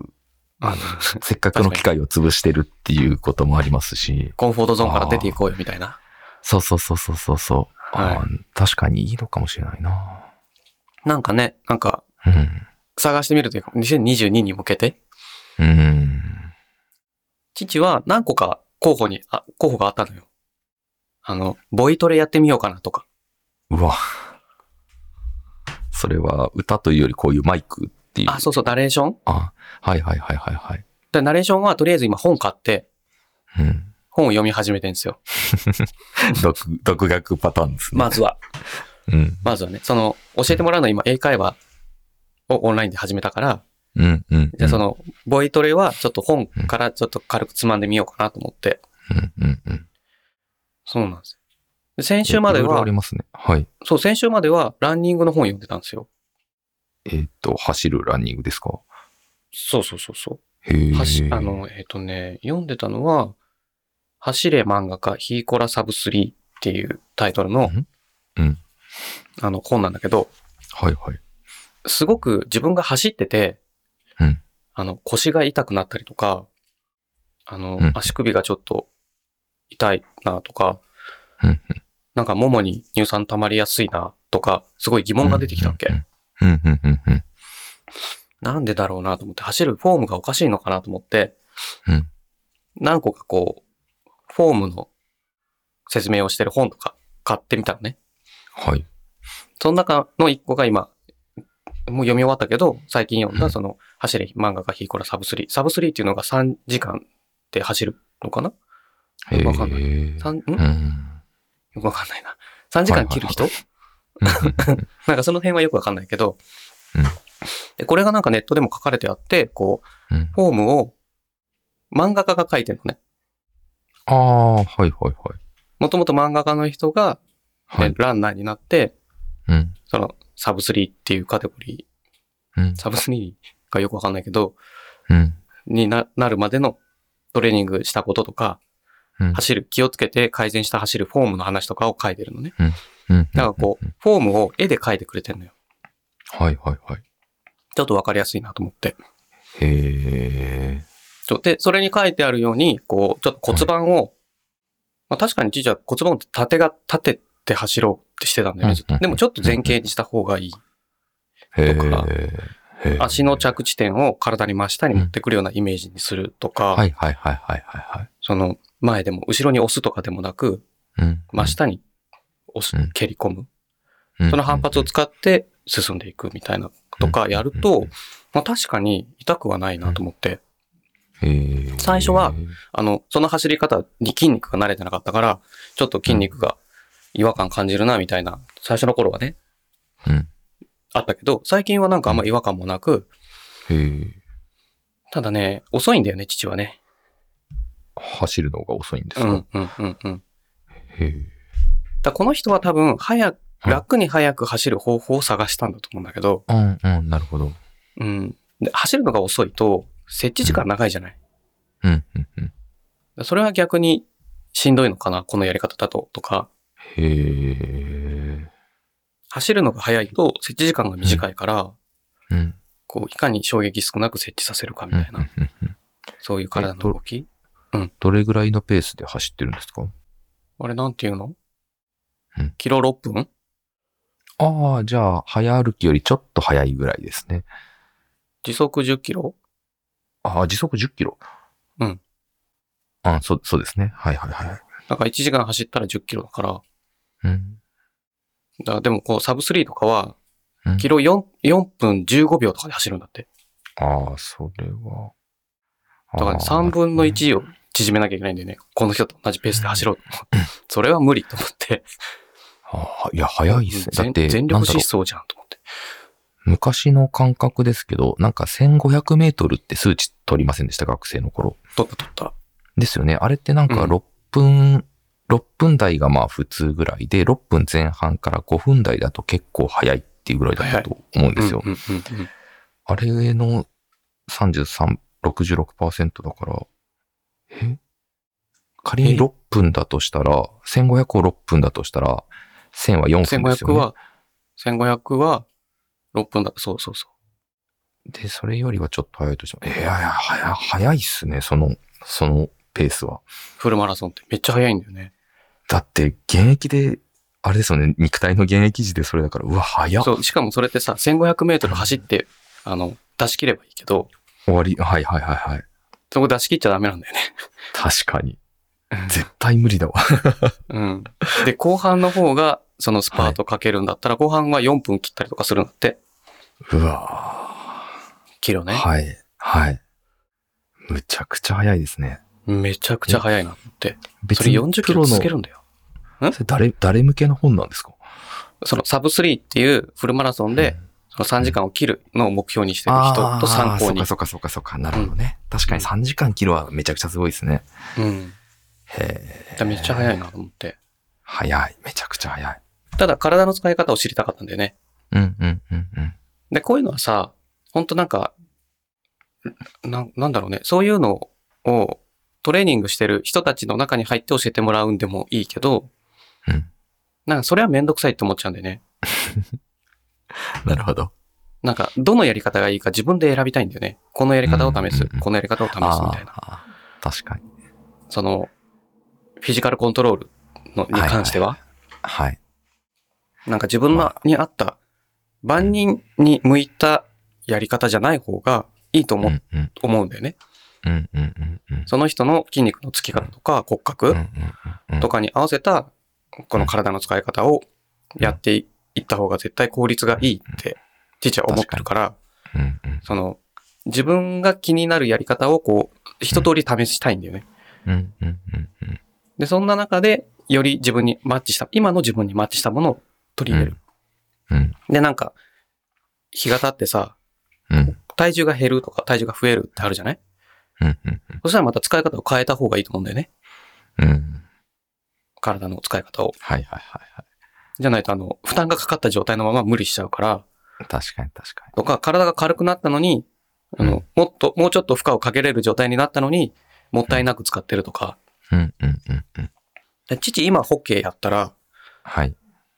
S2: あの、せっかくの機会を潰してるっていうこともありますし、
S1: コンフォートゾーンから出ていこうよみたいな。
S2: そうそうそうそうそうそう。
S1: はい
S2: あー確かにいいのかもしれないな。
S1: なんかね、なんか、
S2: うん。
S1: 探してみるというか、2022に向けて、
S2: うん。
S1: 父は何個か候補に、あ、候補があったのよ。あの、ボイトレやってみようかなとか。
S2: うわ。それは歌というよりこういうマイクっていう。
S1: あ、そうそう、ナレーション
S2: あ、はいはいはいはいはい。
S1: で、ナレーションはとりあえず今本買って、
S2: うん。
S1: 本を読み始めてんですよ。
S2: 独、独学パターンですね。
S1: まずは。
S2: うん。
S1: まずはね、その、教えてもらうのは今、英会話をオンラインで始めたから、
S2: うん、うん。
S1: じゃあその、ボイトレはちょっと本からちょっと軽くつまんでみようかなと思って。
S2: うん、うん、うん。
S1: そうなんですよ。先週まで
S2: いろいろ
S1: は
S2: あり、ますね。はい。
S1: そう、先週まではランニングの本読んでたんですよ。
S2: えーっと、走るランニングですか
S1: そうそうそうそう。
S2: へえ。
S1: はし、あの、えっ、とね、読んでたのは、走れ漫画家ヒーコラサブ3っていうタイトルの、
S2: うんうん
S1: あの本なんだけど、
S2: はいはい。
S1: すごく自分が走ってて、
S2: うん
S1: あの、腰が痛くなったりとか、あの、
S2: うん
S1: 足首がちょっと痛いなとか、
S2: うんうん
S1: なんかももに乳酸溜まりやすいなとか、すごい疑問が出てきたわけ。
S2: うんうんうんうん。
S1: なんでだろうなと思って、走るフォームがおかしいのかなと思って、
S2: うん
S1: 何個かこう、フォームの説明をしてる本とか買ってみたのね。
S2: はい。
S1: その中の一個が今、もう読み終わったけど、最近読ん
S2: う
S1: だ
S2: ん
S1: その、走れ漫画家ヒーコラサブ3。サブ3っていうのが3時間で走るのかなよくわかんない
S2: へえ
S1: 三ん
S2: うん。
S1: よくわかんないな。3時間切る人、なんかその辺はよくわかんないけど、
S2: うん
S1: でこれがなんかネットでも書かれてあって、こう、
S2: うん
S1: フォームを漫画家が書いてるのね。
S2: ああ、はいはいはい。
S1: もともと漫画家の人が、
S2: は
S1: ね
S2: い。
S1: ランナーになって、
S2: うん。
S1: そのサブ3っていうカテゴリ
S2: うん
S1: ー、。サブ3かよくわかんないけど、
S2: うん。
S1: にななるまでのトレーニングしたこととか、
S2: うん
S1: 走る、気をつけて改善した走るフォームの話とかを書いてるのね。
S2: うん。
S1: だからこう、フォームを絵で描いてくれてるのよ。
S2: うん。はいはいはい。
S1: ちょっとわかりやすいなと思って。
S2: へえ。
S1: そうで、それに書いてあるように、こう、ちょっと骨盤を、まあ確かにじいちゃん骨盤を立てが、立てて走ろうってしてたんだよねずっと
S2: うん。
S1: でもちょっと前傾にした方がいい。
S2: へえ
S1: とか。
S2: へー
S1: 足の着地点を体に真下に持ってくるようなイメージにするとか、
S2: はいはいはいはいはいはい。
S1: その前でも後ろに押すとかでもなく、
S2: うん。
S1: 真下に押す、
S2: うん
S1: 蹴り込む。
S2: うん
S1: その反発を使って進んでいくみたいなとかやると、まあ確かに痛くはないなと思って、
S2: へえ
S1: 最初はあの、その走り方に筋肉が慣れてなかったから、ちょっと筋肉が違和感感じるなみたいな、最初の頃はね、
S2: うん。
S1: あったけど、最近はなんかあんま違和感もなく、
S2: へえ。
S1: ただね、遅いんだよね、父はね。
S2: 走るのが遅いんです
S1: う
S2: か
S1: ん、うん、うん、うん。
S2: へえ。
S1: だからこの人は多分、早く、
S2: うん
S1: 楽に早く走る方法を探したんだと思うんだけど、
S2: うんうん、なるほど。
S1: うん。で走るのが遅いと、設置時間長いじゃない。だか
S2: うんうんうん。
S1: らそれは逆にしんどいのかな、このやり方だと、とか、
S2: へえ。
S1: 走るのが早いと、設置時間が短いから、
S2: うん。
S1: こう、いかに衝撃少なく設置させるかみたいな、
S2: うんうんうん
S1: そういう体の動き。
S2: どれぐらいのペースで走ってるんですか
S1: あれ、なんていうの
S2: うん
S1: キロ6分
S2: ああ、じゃあ、早歩きよりちょっと早いぐらいですね。
S1: 時速10キロ
S2: ああ、時速10キロ。
S1: うん。
S2: ああそう、そうですね。はいはいはい。
S1: だから1時間走ったら10キロだから、だか
S2: うん。
S1: らでもこう、サブ3とかは
S2: うん、
S1: キロ 4, 4分15秒とかで走るんだって。
S2: ああ、それは。
S1: だから、ね、
S2: ああ
S1: 3分の。1を縮めなきゃいけないんでね、この人と同じペースで走ろうと思って。それは無理と思って。
S2: ああ、いや、早いっすね。だって、
S1: 全全
S2: なん
S1: 力
S2: だ
S1: 疾
S2: ろ
S1: 走じゃんと思って。
S2: う昔の感覚ですけど、なんか1500メートルって数値取りませんでした、学生の頃。
S1: 取った取った。
S2: ですよね。あれってなんか
S1: うん
S2: 6分、6分台がまあ普通ぐらいで、6分前半から5分台だと結構早いっていうぐらいだったと思うんですよ。
S1: うんうんうんうん
S2: あれの33、66%だから、え仮
S1: え
S2: に6分だとしたら、1500を6分だとしたら、1000は4分ですよ
S1: 1500
S2: ね。
S1: は、1500は6分だ。そうそうそう。
S2: で、それよりはちょっと早いとしても、いやいや、早早いっすね、その、そのペースは。
S1: フルマラソンってめっちゃ速いんだよね。
S2: だって、現役で、あれですよね、肉体の現役時でそれだから、うわ、早っ
S1: そう、しかもそれってさ、1500メートル走って、あの、出し切ればいいけど、
S2: 終わり、はいはいはいはい。
S1: そこ出し切っちゃダメなんだよね。
S2: 確かに。絶対無理だわ。
S1: うん。で、後半の方が、そのスパートかけるんだったら、後半は4分切ったりとかするんだって。
S2: うわ
S1: キロ
S2: ー
S1: ね。
S2: はい、はい。むちゃくちゃ早いですね。
S1: めちゃくちゃ速いなって。そ
S2: 別
S1: れ
S2: に
S1: 40キ
S2: プ
S1: ロ
S2: ロの、
S1: 続
S2: そ
S1: け
S2: れ
S1: るんだよ。
S2: 誰、誰向けの本なんですか
S1: そのサブ3っていうフルマラソンで、その3時間を切るのを目標にしてる人と参考に
S2: あー。そうかそうかそうかそうか。なるほどね。確かに3時間キロはめちゃくちゃすごいですね。
S1: うん。
S2: へえ。
S1: めっちゃ速いなと思って。
S2: 早い。めちゃくちゃ早い。
S1: ただ体の使い方を知りたかったんだよね。
S2: うんうんうんうん。
S1: で、こういうのはさ、ほんとなんか、な、なんだろうね。そういうのをトレーニングしてる人たちの中に入って教えてもらうんでもいいけど、
S2: うん
S1: なんかそれはめんどくさいって思っちゃうんだよね。
S2: なるほど。
S1: なんか、どのやり方がいいか自分で選びたいんだよね。このやり方を試
S2: うん
S1: す
S2: うんうん。
S1: このやり方を試すみたいな。
S2: あー確かに。
S1: その、フィジカルコントロールのに関しては、
S2: はい。
S1: なんか自分のに合った、万人に向いたやり方じゃない方がいいと
S2: うんう
S1: 思,、うん
S2: うん
S1: 思うんだよね。
S2: うんうんうんうん。
S1: その人の筋肉のつき方とか骨格と
S2: か、
S1: かに合わせた、この体の使い方をやっていった方が絶対効率がいいって、ティーチャーは思ってるから、
S2: うんうん
S1: その、自分が気になるやり方をこう、一通り試したいんだよね。
S2: うんうんうんうん。
S1: で、そんな中で、より自分にマッチした、今の自分にマッチしたものを取り入れる。
S2: うん
S1: で、なんか、日が経ってさ、
S2: うん
S1: 体重が減るとか体重が増えるってあるじゃない
S2: うんうん
S1: そしたらまた使い方を変えた方がいいと思うんだよね。
S2: うん。
S1: 体の使い方を。
S2: はいはいはいは
S1: じゃないと、あの、負担がかかった状態のまま無理しちゃうから、
S2: い。確かに確か
S1: とか、体が軽くなったのに、あ
S2: う
S1: の、もっと、もうちょっと負荷をかけれる状態になったのに、もったいなく使ってるとか。
S2: に。うんうんうんうん。
S1: で父今ホッケーやったら、
S2: はい。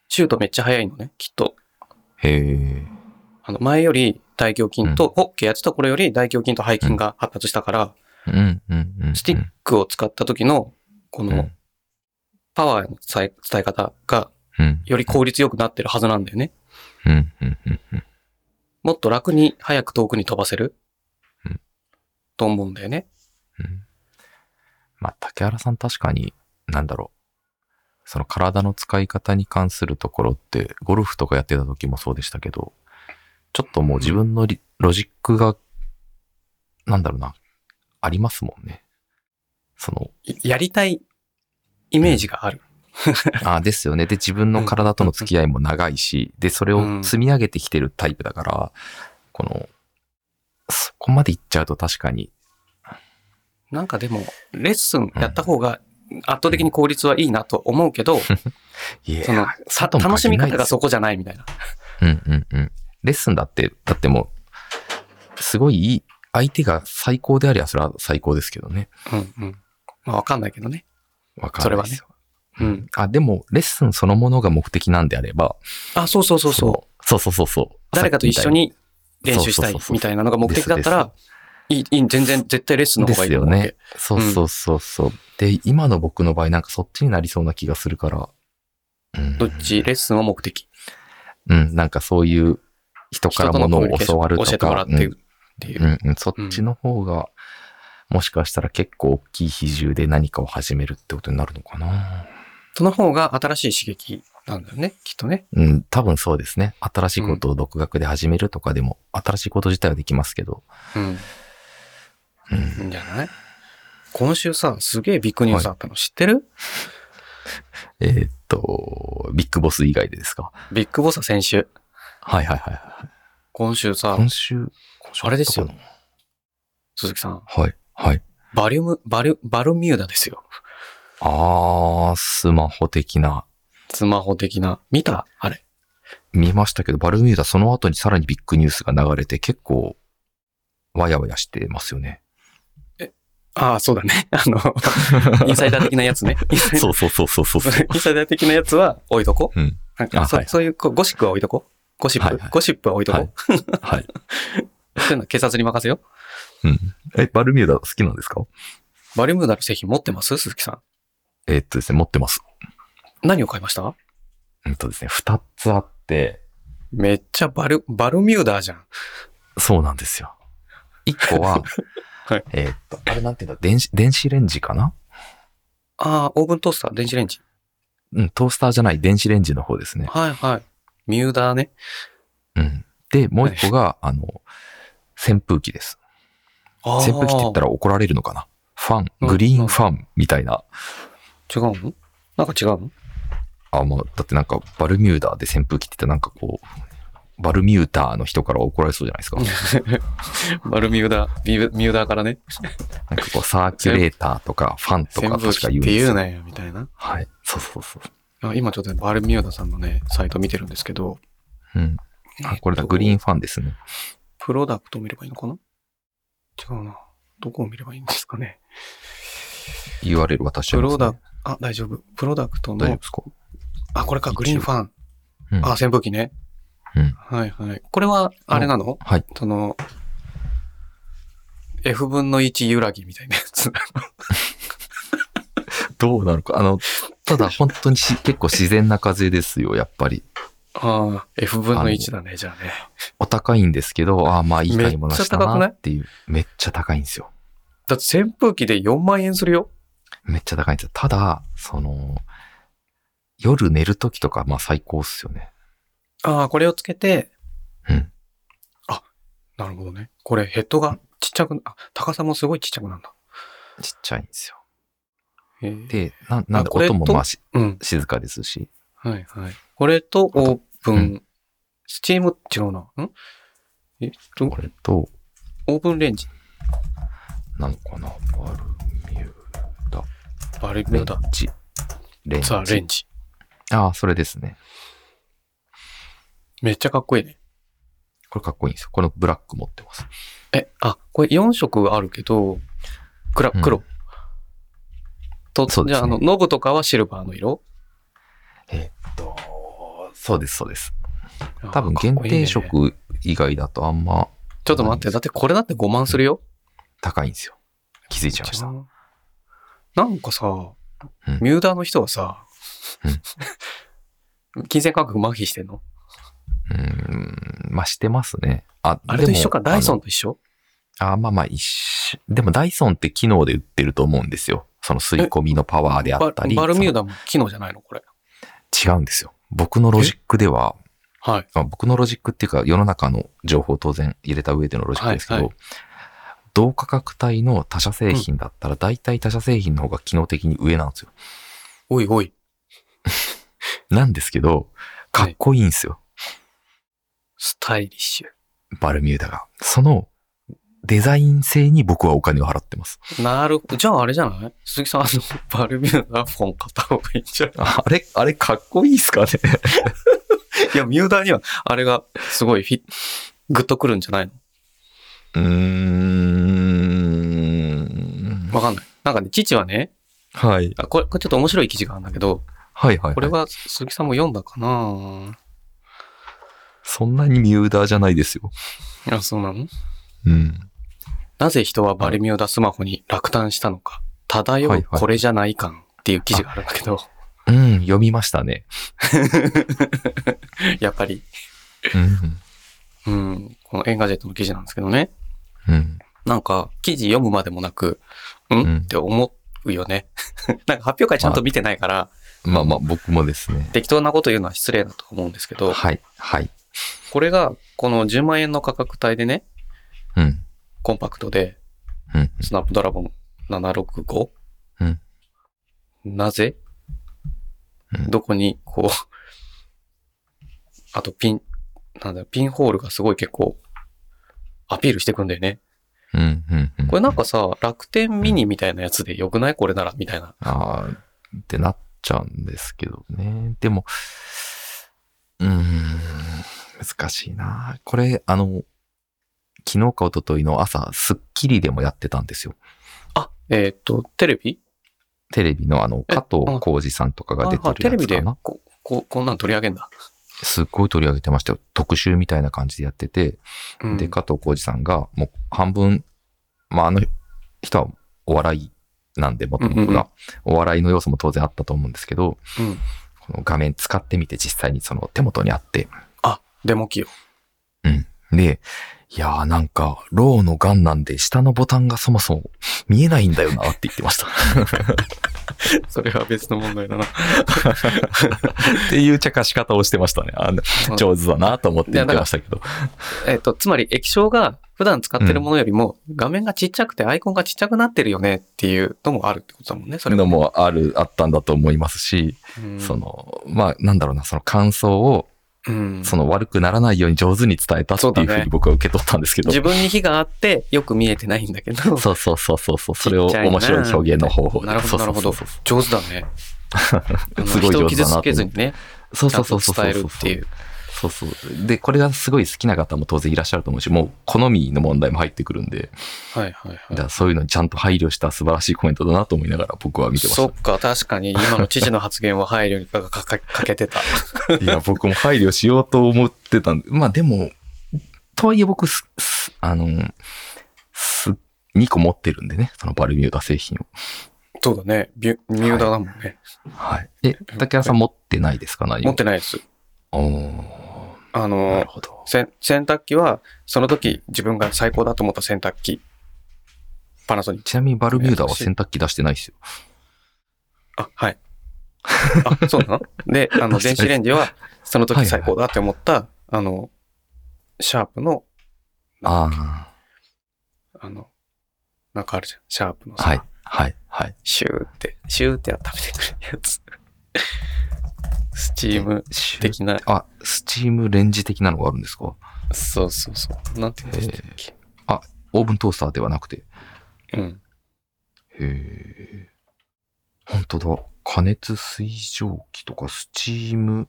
S1: シュートめっちゃ速いのね、きっと。
S2: へえ。
S1: あの、前より大胸筋と、ホッケーやってた頃より大胸筋と背筋が発達したから、
S2: うんうんうん。
S1: スティックを使った時の、こ
S2: うん
S1: の、パワーの伝え伝え方が
S2: うん
S1: より効率よくなってるはずなんだよね。
S2: うんうんうんうん。
S1: もっと楽に早く遠くに飛ばせる、
S2: うん
S1: と思うんだよね。
S2: うんまあ、竹原さん確かに、なんだろう。その体の使い方に関するところって、ゴルフとかやってた時もそうでしたけど、ちょっともう自分のリロジックが、なんだろうな、ありますもんね。その、
S1: いやりたいイメージがある。
S2: あ ですよね。で、自分の体との付き合いも長いし、で、それを積み上げてきてるタイプだから、この、そこまでいっちゃうと確かに、
S1: なんかでも、レッスンやった方が圧倒的に効率はいいなと思うけ ど、
S2: いや
S1: その、さ楽しみ方が
S2: そ
S1: そこじゃないみたいな。
S2: うんうんうん。レッスンだって、だってもう、すごいいい、相手が最高でありゃ、それは最高ですけどね。
S1: うんうん。まあわかんないけどね。
S2: わかるんないですよ。
S1: それはねうん
S2: あ、でも、レッスンそのものが目的なんであれば、
S1: あ、そうそうそうそう。
S2: そう。そうそうそうそう。
S1: 誰かと一緒に練習したいみたいなのが目的だったら、いい、いい、全然絶対レッスンの
S2: で
S1: 方がいい
S2: す
S1: と
S2: よ
S1: 思うわけ
S2: ね。。そうそうそうそう。で、今の僕の場合、なんかそっちになりそうな気がするから。うん、
S1: どっちレッスンを目的。
S2: うん、なんかそういう人からものを教わるとか。
S1: 人とのコミュニケーション教えてもらってっていうう。
S2: ん、うんうん、そっちの方が、もしかしたら結構大きい比重で何かを始めるってことになるのかな。
S1: その方が新しい刺激なんだよね、きっとね。
S2: うん、多分そうですね。新しいことを独学で始めるとかでも、新しいこと自体はできますけど。
S1: うん。
S2: うん、
S1: いいんじゃない今週さ、すげえビッグニュースあったの知ってる
S2: えーっと、ビッグボス以外でですか。
S1: ビッグボスは先週。
S2: はいはいはいはい。
S1: 今週さ、
S2: 今週、今週
S1: あれですよ
S2: どこなの
S1: 鈴木さん、
S2: はい、はい。
S1: バリウム、バリュ、バルミューダですよ。
S2: あー、スマホ的な。
S1: スマホ的な。見たあれ。
S2: 見ましたけど、バルミューダその後にさらにビッグニュースが流れて結構、わやわやしてますよね。
S1: ああ、そうだね。 あの、インサイダー的なやつね。インサイダ
S2: そうそうそうそうそうそう。
S1: ーインサイダー的なやつは置いとこ。
S2: うん
S1: なんか
S2: あ
S1: そ
S2: はい
S1: そういうこうゴシックは置いとこ。ゴシップ、
S2: はいはい
S1: ゴシップは置いとこ。
S2: はいはい。
S1: そういうのは警察に任せよ。
S2: うん。え、バルミューダ好きなんですか
S1: バリウムーダの製品持ってます鈴木さん。
S2: えーっとですね、持ってます。
S1: 何を買いました
S2: うんとですね、二つあって、
S1: めっちゃバル、バルミューダーじゃん。
S2: そうなんですよ。一個は、
S1: はい
S2: えーっと、あれなんていうんだ、電子、電子レンジかな
S1: ああ、オーブントースター、電子レンジ。
S2: うん、トースターじゃない電子レンジの方ですね。
S1: はいはい。ミューダーね。
S2: うん。で、もう一個が、あの、扇風機です。
S1: あ
S2: 扇風機って言った
S1: ら。
S2: ら怒られるのかなファン、
S1: うん
S2: グリーンファンみたいな。
S1: 違うのなんか違うの
S2: あ、もう、だってなんか、バルミューダーで扇風機って言ったらなんかこう、バルミューダーの人から怒られそうじゃないですか。
S1: バルミューダー、ビュミューダーからね。
S2: なんかこう、サーキュレーターとか、ファンとか
S1: 扇風
S2: 確
S1: 機
S2: か
S1: っ
S2: 言うん
S1: て
S2: で
S1: 言
S2: す
S1: う
S2: よ。
S1: なよ、みたいな。
S2: はい。そうそうそう。
S1: あ今ちょっとねバルミューダさんのね、サイト見てるんですけど、
S2: うん。あ、これだ、グリー
S1: ン。
S2: ンファンですね。
S1: プロダクトを見ればいいのかな違うな。どこを見ればいいんですかね。
S2: URL 渡しちゃ
S1: プ
S2: いま
S1: ロ
S2: す、ね。
S1: ダ、あ、大丈夫。プロダクト
S2: 大丈夫
S1: の
S2: で、すか
S1: あ、これか、グリーンファン。
S2: うん。
S1: あ、扇風機ね。
S2: うん
S1: はいはい。これは、あれなの
S2: はい。
S1: その、F 分の1揺らぎみたいなやつ。
S2: どうなのか。あの、ただ本当に し結構自然な風ですよ、やっぱり。
S1: ああ、F 分の1だね、じゃあね。
S2: お高いんですけど、ああ、まあいい買い物した
S1: め
S2: な
S1: っちゃ高くない
S2: っていう。めっちゃ高いんですよ。
S1: だって扇風機で4万円するよ。
S2: めっちゃ高いんですよ。ただ、その、夜寝るときとか、まあ最高っすよね。
S1: ああ、これをつけて、
S2: うん。
S1: あ、なるほどね。これヘッドがちっちゃく、あ、高さもすごいちっちゃくなんだ。
S2: ちっちゃいんですよ。
S1: へえ
S2: で、ななん
S1: あ
S2: で
S1: これ
S2: 音も
S1: と
S2: まあし
S1: うん。
S2: 静かですし。
S1: はいはい。これとオープン、
S2: うん
S1: スチーム、違うな。んえっと
S2: こ、れと、
S1: オープンレンジ。
S2: なのかな、バルミューダ。
S1: バルミュ
S2: レ
S1: ー
S2: ン
S1: ダ。
S2: ジ。レン
S1: さあ、レ
S2: ジ。
S1: ンジ。
S2: ああ、それですね。
S1: めっちゃかっこいいね。
S2: これかっこいいんですよ。このブラック持ってます。
S1: え、あ、これ4色あるけど、黒、
S2: うん
S1: 黒。と、
S2: そう
S1: じ
S2: ですね
S1: ゃあ、あの、ノブとかはシルバーの色
S2: えーっと、そうです、そうです。多分限
S1: あかっこいいね
S2: 定色以外だとあんま
S1: ちょっと待って、だってこれだって5万するよ。
S2: 高いんですよ。気づいちゃいました。
S1: なんかさ
S2: うん、
S1: ミューダーの人はさ、 金銭感覚麻痺してんの
S2: うーん、まあしてますね。あ、
S1: あれと一緒か
S2: でも
S1: ダイソンと一緒
S2: あまあまあ一緒。でもダイソンって機能で売ってると思うんですよ。その吸い込みのパワーであったり。
S1: ババルミューダも機能じゃないのこれ。
S2: その違うんですよ。僕のロジックでは、
S1: はい。
S2: まあ、僕のロジックっていうか世の中の情報を当然入れた上でのロジックですけど、
S1: はいは
S2: 同価格帯の他社製品だったら大体他社製品の方が機能的に上なんですよ。
S1: おいおい。
S2: なんですけど、かっこいいんですよ。
S1: スタイリッシ
S2: バルミューダが。そのデザイン性に僕はお金を払ってます。
S1: ュ。なるほど。じゃああれじゃない鈴木さん、あの、 バルミューダフォン買った方がいいんじゃない
S2: あれ、あれかっこいいっすかね
S1: いや、ミューダーには、あれがすごいフィグッとくるんじゃないの
S2: うーん。
S1: わかんない。なんかね、父はね、
S2: はい。
S1: あこれ、これちょっと面白い記事があるんだけど、
S2: はいはい、
S1: これは鈴木さんも読んだかな
S2: そんなにミューダーじゃないですよ。
S1: あ、そうなの
S2: うん。
S1: なぜ人はバルミューダスマホに落胆したのか、漂
S2: はいうはい
S1: これじゃない感っていう記事があるんだけど、
S2: うん、読みましたね。
S1: やっぱり、
S2: うん。
S1: うん、このエンガジェットの記事なんですけどね。
S2: うん。
S1: なんか、記事読むまでもなく、ん、
S2: うん
S1: って思うよね。 なんか発表会ちゃんと見てないから、
S2: まあまあ、僕もですね。
S1: 適当なこと言うのは失礼だと思うんですけど、
S2: はい、はい。
S1: これが、この10万円の価格帯でね、
S2: うん。
S1: コンパクトで、
S2: うん。
S1: スナップドラゴン 765?
S2: うん
S1: なぜ、
S2: うん
S1: どこに、こう、あとピン、なんだろうピンホールがすごい結構、アピールしてくんだよね。
S2: うん。うん。うん
S1: これなん、かさ、楽天ミニみたいなやつでよくないこれなら、みたいな。
S2: ああ、ってなっちゃうんですけどね。でも、うーん、難しいな。これ、あの、昨日か一昨日の朝、スッキリでもやってたんですよ。
S1: あ、えーっと、テレビ
S2: テレビのあの、
S1: え
S2: 加藤浩二さんとかが出
S1: ああテ
S2: て
S1: レ
S2: る
S1: ビ
S2: やつか
S1: で
S2: な。
S1: こ、こ、こんなん取り上げんだ。
S2: すっごい取り上げてましたよ。特集みたいな感じでやってて、
S1: うん
S2: で、加藤浩二さんが、もう半分、まあ、あの人はお笑いなんで、もとも
S1: うん
S2: と
S1: うんうん
S2: が、お笑いの要素も当然あったと思うんですけど、
S1: うん
S2: この画面使ってみて実際にその手元にあって、
S1: あ、デモ機よ。
S2: で、いやーなんか、ローのガンなんで下のボタンがそもそも見えないんだよなって言って ました。
S1: それは別の問題だな。
S2: っていう茶化し方をしてましたね。あの上手だなと思って言ってましたけど。
S1: えっと、つまり液晶が普段使ってるものよりも画面がちっちゃくてアイコンがちっちゃくなってるよねっていうのもあるってことだもんね、そ
S2: そ
S1: れ
S2: れ
S1: が
S2: のもある、あったんだと思いますし、
S1: うん
S2: その、まあ、なんだろうな、その感想を、
S1: うん。
S2: その悪くならないように上手に伝えたって
S1: そうだ
S2: いう
S1: ね
S2: ふうに僕は受け取ったんですけど。
S1: 自分に火があって、よく見えてないんだけど。
S2: そうそうそうそうそう。それを
S1: ちっちゃいな
S2: 面白い表現の方法で
S1: なるほど、なるほど
S2: そうそうそう。
S1: 上手だ ね。あの
S2: すごい
S1: 人を
S2: 上手だ
S1: 傷
S2: なと思う
S1: つけずにね、
S2: そう
S1: ち
S2: そ
S1: ゃん
S2: うそ
S1: と
S2: うそう。
S1: 伝えるっていう。。
S2: そうそう。で、これがすごい好きな方も当然いらっしゃると思うし、もう好みの問題も入ってくるんで、
S1: はいはい
S2: だか
S1: は
S2: らそういうのにちゃんと配慮した素晴らしいコメントだなと思いながら僕は見
S1: い。
S2: てま
S1: そ
S2: し
S1: っか、確かに今の知事の発言は配慮にかかかかけて た。
S2: た。いや、僕も配慮しようと思ってたんで、まあでも、とはいえ僕す、すあの、す、2個持ってるんでね、そのバルミューダ製品を。
S1: そうだね。ビュミューダだもんね。
S2: はい。え、竹原さん持ってないですか何
S1: 持ってないです。
S2: おー
S1: あ
S2: な
S1: の
S2: る、ほど。
S1: せん洗濯機は、その時自分が最高だと思った洗濯機。パナソニック。
S2: ちなみにバルミューダは洗濯機出してないですよ。
S1: あ、はい。あ、そうなの で、あの、電子レンジは、その時最高だって思った、あの、シャープの、
S2: あ
S1: あの、なんかあるじゃん。シャープの
S2: あ、
S1: さ、
S2: はい、はい、はい。
S1: シューって、シューって温めてくれるやつ。スチーム
S2: シュー
S1: 的な、
S2: あ、スチームレンジ的なのがあるんですか
S1: そうそうそう。なんて言うんでしたっけ
S2: オーブントースターではなくて。
S1: うん。
S2: へえ。本当だ。加熱水蒸気とか、スチーム、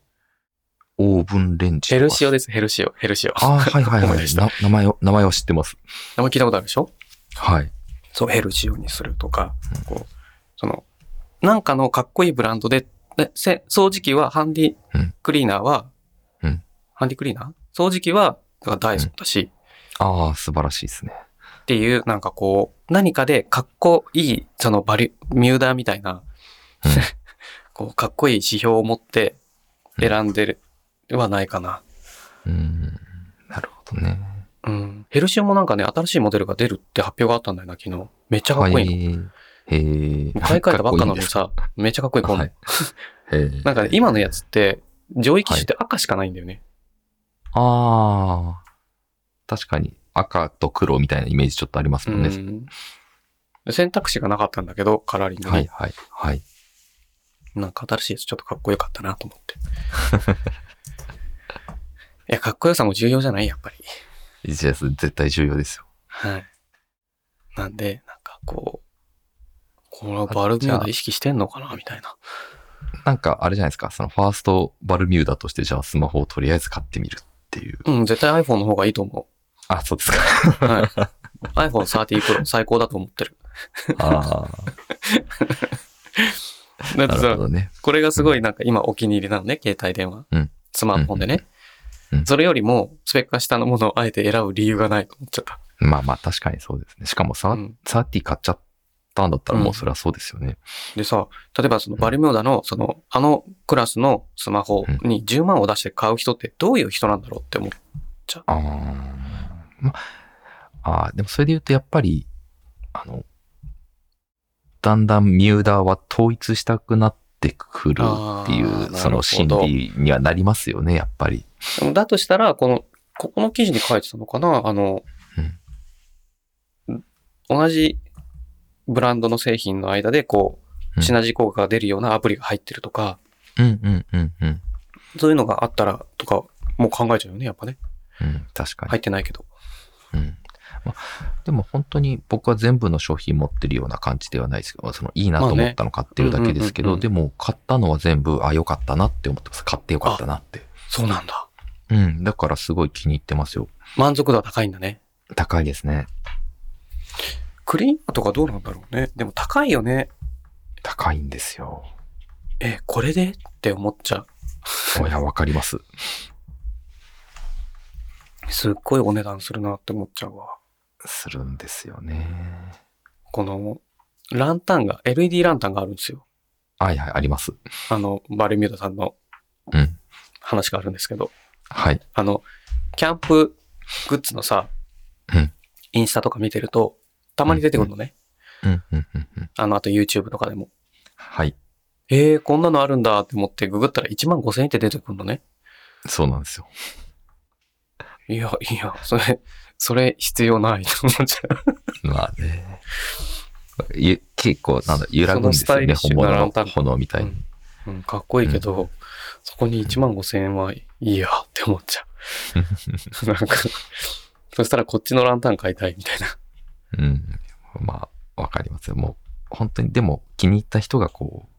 S2: オーブンレンジとか。
S1: ヘルシオです、ヘルシオ、ヘルシオ。
S2: ああ、はいはい
S1: 思
S2: はい
S1: 出
S2: い。
S1: した
S2: な名前を、名前は知ってます。
S1: あんま聞いたことあるでしょ
S2: はい。
S1: そう、ヘルシオにするとか
S2: うん、
S1: こう、その、なんかのかっこいいブランドで、でせ掃除機は、ハンディ
S2: うん
S1: クリーナーは、
S2: うん
S1: ハンディクリーナー掃除機は、がダイソンだし、
S2: ああ、素晴らしいですね。
S1: っていう、なんかこう、何かでかっこいい、そのバリュ、ミューダーみたいな
S2: うん、
S1: こう、かっこいい指標を持って
S2: うん
S1: 選んでる、はないかな。
S2: うん。なるほどね。
S1: うん。ヘルシオもなんかね、新しいモデルが出るって発表があったんだよな、昨日。めっちゃかっこいいの。
S2: へえ。
S1: もう買い替えたばっかなのに
S2: か
S1: さ、めっちゃかっこいい、
S2: っこ
S1: こんな
S2: いいんで
S1: ん
S2: すか。はい。へえ。
S1: なんかね、今のやつって、上位機種って赤しかないんだよね。
S2: ああ。確かに赤と黒みたいなイメージちょっとありますもんね。
S1: うん選択肢がなかったんだけど、カラーリングに。
S2: はいはいはい。
S1: なんか新しいやつちょっとかっこよかったなと思って。 いや、かっこよさも重要じゃないやっぱり。
S2: EGS 絶対重要ですよ。
S1: はい。なんで、なんかこう、このバルミューダ意識してんのかなみたいな。
S2: なんかあれじゃないですか、そのファーストバルミューダとしてじゃあスマホをとりあえず買ってみるっていう。
S1: うん、絶対 iPhone の方がいいと思
S2: あ、そうですか。
S1: う。はい。iPhone 30 Pro 最高だと思ってる。
S2: あ
S1: だ
S2: あ、
S1: っ
S2: な
S1: て
S2: る
S1: さ
S2: ほ、どね。
S1: これがすごいなんか今お気に入りなのね、携帯電話。
S2: うん
S1: スマートフォンでね。
S2: うんうん
S1: それよりも、スペックが下のものをあえて選ぶ理由がないと思っちゃった。
S2: まあまあ確かにそうですね。しかもさ、
S1: うん
S2: 30買っちゃったんだったら
S1: うん
S2: もうそれはそうですよね。
S1: でさ、例えばそのバルミューダの、その、あのクラスのスマホに10万を出して買う人ってどういう人なんだろうって思う。
S2: ああ、まああー、でもそれで言うとやっぱり、あの、だんだんミューダーは統一したくなってくるってい
S1: あー
S2: う、その心
S1: なるほど
S2: 理にはなりますよね、やっぱり。
S1: でもだとしたら、この、ここの記事に書いてたのかなあの、同じブランドの製品の間で、こう、
S2: うん
S1: シナジー効果が出るようなアプリが入ってるとか、
S2: うんうんうんうん。
S1: そういうのがあったらとか、もう考えちゃうよね、やっぱね。
S2: うん、確かに。
S1: 入ってないけど。
S2: うんまあ、でも本当に僕は全部の商品持ってるような感じではないですけど、そのいいなと思ったの買ってるだけですけ
S1: まあ
S2: ど、
S1: ね
S2: でも買ったのは全部、あ、良かったなって思ってます。買って良かったなって。
S1: そうなんだ。
S2: うん、だからすごい気に入ってますよ。
S1: 満足度は高いんだね。
S2: 高いですね。
S1: クリーナーとかどうなんだろうね。でも高いよね。
S2: 高いんですよ。
S1: え、これでって思っちゃう。
S2: いや、わかります。
S1: すっごいお値段するなって思っちゃうわ。
S2: するんですよね。
S1: この、ランタンが、LED ランタンがあるんですよ。
S2: はいはい、あります。
S1: あの、バルミューダさんの
S2: うん。
S1: 話があるんですけど、
S2: はい。
S1: あの、キャンプグッズのさ、
S2: うん
S1: インスタとか見てると、たまに出てくるのね。
S2: うん、うん、うん、うん。
S1: あの、あと YouTube とかでも。
S2: はい。
S1: えー、こんなのあるんだって思ってググったら1万5千円って出てくるのね。
S2: そうなんですよ。
S1: いや、いや、それ、それ必要 ないと思っちゃう。
S2: まあね。ゆ結構、なんだ、揺らぐんで
S1: その
S2: すよね、本
S1: スタイリッシュな
S2: 物
S1: ラン
S2: の
S1: タン
S2: 炎みたいに。
S1: うん、かっこいいけど、そこに1万5千円はいいやっって思っちゃ う。なんか、そしたらこっちのランタン買いたいみたいな。
S2: うん。まあ、わかりますよ。もう、本当に、でも、気に入った人がこ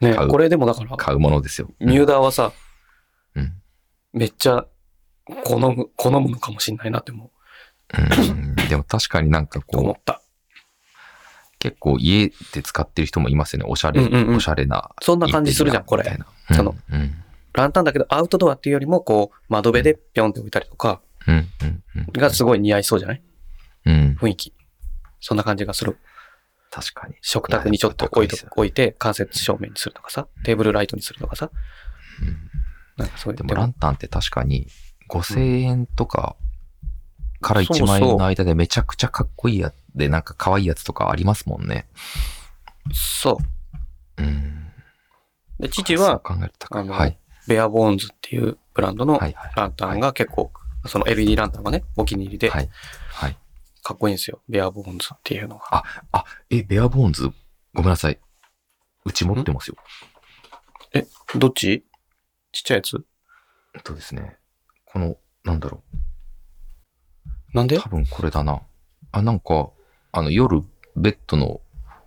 S1: ね
S2: 買う
S1: これでもだから、
S2: う、買うものですよ。
S1: ミューダーはさ、
S2: うん。
S1: めっちゃ好む、好むのかもしんないなって思
S2: うん、でも確かになんか
S1: う思
S2: こう、
S1: った。
S2: 結構家で使ってる人もいますよね。おしゃれ、
S1: うんうんうん
S2: おしゃれな。
S1: そんな感じするじゃん、こ
S2: みた
S1: れ
S2: い。な。
S1: その
S2: うん。うん。
S1: ランタンだけどアウトドアっていうよりも、こう、窓辺でピョンって置いたりとか、
S2: うん。うん。うん
S1: がすごい似合いそうじゃない
S2: うん。
S1: 雰囲気。そんな感じがする。
S2: 確かに。
S1: 食卓にちょっと置いと
S2: いや
S1: 置いて、間接照明にするとかさ、テーブルライトにするとかさ、
S2: うん
S1: なんかそういう。
S2: でもランタンって確かに5000円とかから
S1: そう
S2: 1
S1: そう
S2: 万円の間でめちゃくちゃかっこいいやつで、なんか可愛いやつとかありますもんね。
S1: そ
S2: うん。
S1: う。で、父
S2: そう
S1: は、
S2: 考えると高
S1: あ
S2: い
S1: の
S2: はい。
S1: ベアボーンズっていうブランドの
S2: はいはい。
S1: ランタンが結構、その LED ランタンがね、お気に入りで、
S2: はい。はい。
S1: かっこいいんですよ。ベアボーンズっていうのが。
S2: え、ベアボーンズ、ごめんなさい。うち持ってますよ。
S1: どっちちっちゃいやつ
S2: えっとですね。この、なんだろう。
S1: なんで
S2: 多分これだな。あ、なんか、あの、夜、ベッドの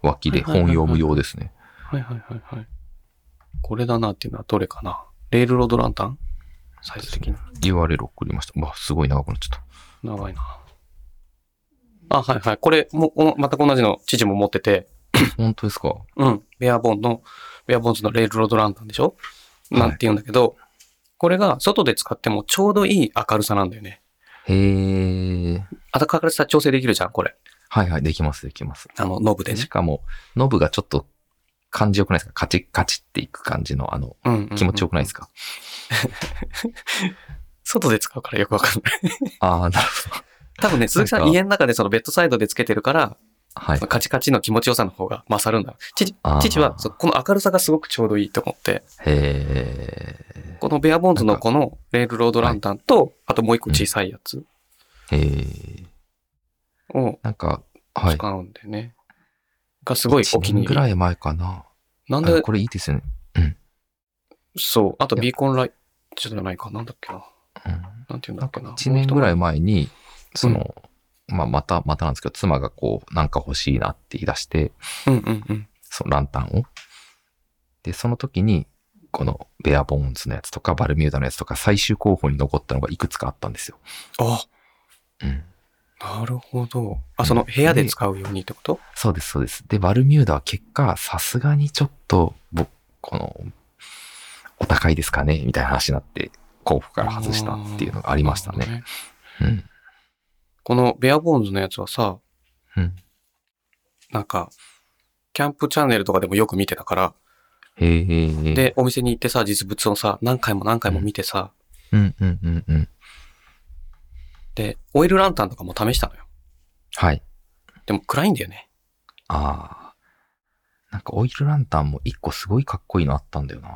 S2: 脇で
S1: はいはいはい
S2: 本
S1: はい
S2: 読む用ですね。
S1: はいはいはいはい。これだなっていうのはどれかなレールロードランタンサイズ的に。
S2: URL 送りました。うわ、すごい長くなっちゃっ
S1: 長いな。あ、はいはい。これも、お全く同じの父も持ってて、
S2: た。本当ですか
S1: うん。ベアボンの、ベアボンズのレールロードランタンでしょ
S2: はい
S1: なんて言うんだけど、これが外で使ってもちょうどいい明るさなんだよね。
S2: へー。
S1: 明るさ調整できるじゃん、これ。
S2: はいはい、できます、できます。
S1: あの、ノブで
S2: で、し
S1: ね。
S2: かも、ノブがちょっと感じよくないですかカチッカチッっていく感じの、あの、
S1: うんうんうん、
S2: 気持ちよくないですか、
S1: 外で使うからよくわ かんない。
S2: ああ、なるほど。
S1: 多分ね、鈴木さん
S2: なんか
S1: 家の中でそのベッドサイドでつけてるから、
S2: はい。
S1: カチカチの気持ちよさの方が勝るんだ。父
S2: あー
S1: 父はそうこの明るさがすごくちょうどいいと思って、
S2: へ
S1: このベアボンズの
S2: なんか
S1: このレールロードランタンと、あともう一個小さいやつ
S2: ー。へー。
S1: を
S2: なんか、はい。
S1: 使うんでね。がすごいお気
S2: 1年
S1: に
S2: ぐ
S1: 入
S2: ら
S1: り。
S2: い前かな。
S1: なん
S2: あ
S1: で、
S2: これいいですよね。
S1: そう、あと
S2: いや
S1: ビーコンライトじゃないか。なんだっけな。
S2: うん
S1: なんていうんだ
S2: なん
S1: っけ
S2: か
S1: な。
S2: 1年ぐら
S1: い。
S2: い前に、その、まあ、また、またなんですけど、妻がこう、なんか欲しいなって言い出して、
S1: うんうんうん。
S2: そのランタンを。で、その時に、このベアボーンズのやつとか、バルミューダのやつとか、最終候補に残ったのがいくつかあったんですよ。
S1: あ、
S2: うん。
S1: なるほど。あ、その部屋で使うようにってこと
S2: そうです、そうです。で、バルミューダは結果、さすがにちょっと、僕、この、お高いですかねみたいな話になって、候補から外したっていうのがありました
S1: なるほ
S2: ね。
S1: ど
S2: うん。
S1: このベアボーンズのやつはさ、
S2: うん。
S1: なんか、キャンプチャンネルとかでもよく見てたから、
S2: へえ。、
S1: で、お店に行ってさ、実物をさ、何回も何回も見てさ、
S2: うんうんうんうん。
S1: で、オイルランタンとかも試したのよ。
S2: はい。
S1: でも暗いんだよね。
S2: ああ。なんかオイルランタンも一個すごいかっこいいのあったんだよな。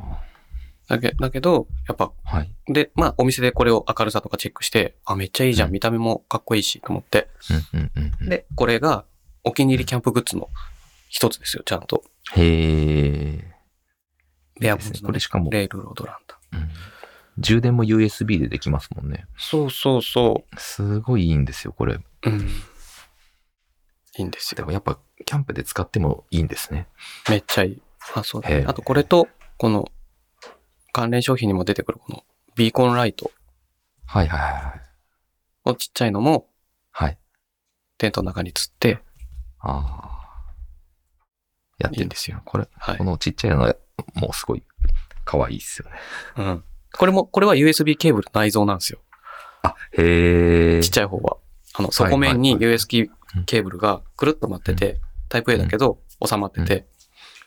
S1: だけだけど、やっぱ、
S2: はい。
S1: で、まあ、お店でこれを明るさとかチェックして、あ、めっちゃいいじゃ、
S2: うんん
S1: 見た目もかっこいいし、と思って。
S2: うんうんうんうん。
S1: で、これが、お気に入りキャンプグッズの一つですよ、ちゃんと。
S2: へえ。
S1: ベアボンズの
S2: これしかも、
S1: レールロードランタン。
S2: うん充電も USB でできますもんね。
S1: そうそうそ
S2: すごいいいんですよ、これ。
S1: う。うん。いいんです
S2: で
S1: よ。
S2: もやっぱ、キャンプで使ってもいいんですね。
S1: めっちゃいい。あ、そうだ、
S2: へ
S1: ね
S2: え。
S1: あと、これと、この、関連商品にも出てくる、この、ビーコンライト。
S2: はいはいはいはい。
S1: このちっちゃいのも、
S2: はい。
S1: テントの中に釣って、
S2: ああ。やって
S1: いい
S2: る
S1: んですよ。
S2: これ、
S1: はい
S2: こ。のちっちゃいの、もうすごい、可愛いっすよね。
S1: うん。これも、これは USB ケーブル内蔵なんですよ。
S2: あ、へえ。
S1: ちっちゃい方は。あの、底面に USB ケーブルがくるっと待ってて、タイプ A だけど収まってて、だか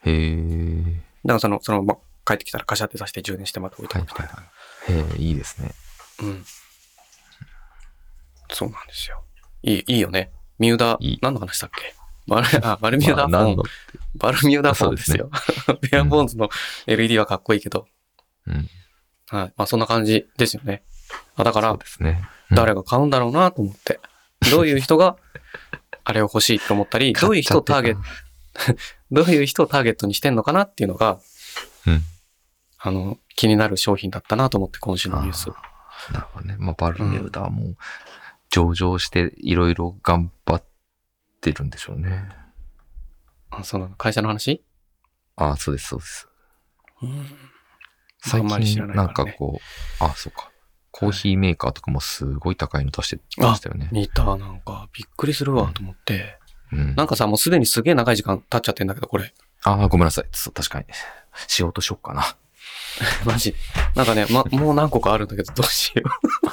S2: ゃい。へえ。
S1: らその、そのまま帰ってきたらカシャってさして充電してまた置いて
S2: は
S1: お
S2: い
S1: くみた
S2: はいい
S1: な。
S2: はい。へえ、いいですね。
S1: うん。そうなんですよ。いい、いいよね。ミューダ
S2: いい
S1: 何の話だっけバル、あ、バルミューダ
S2: まあ
S1: フ
S2: 何
S1: ォン
S2: の。
S1: バルミューダフォンですよ。 ベアボーンズの LED はかっこいいけど。
S2: うん。
S1: はい。まあそんな感じですよね。あだから
S2: そう、ですね。
S1: 誰が買うんだろうなと思って。どういう人 が、あれを欲しいと思ったり、どういう人をターゲット、どういう人をターゲットにしてんのかなっていうのが、
S2: うん
S1: あの、気になる商品だったなと思って今週のニュース。
S2: あなるほどね。まあ、バルミューダも上場していろいろ頑張ってるんでしょうね。
S1: あ、そうなの。会社の話
S2: ああ、そうです、そうです。
S1: うん。あ
S2: 最
S1: んまり知ら
S2: 近
S1: ないから
S2: な
S1: ね
S2: んかこう、ああ、そうか。コーヒーメーカーとかもすごい高いの出してましたよね。
S1: 見た、なんか、びっくりするわ、と思って。
S2: うん、
S1: なんかさ、もうすでにすげえ長い時間経っちゃってんだけど、こ れ。
S2: ああ、ごめんなさい。そう、確かに。しようとしよっかな。
S1: マジ。なんかね、ま、もう何個かあるんだけど、どうしよ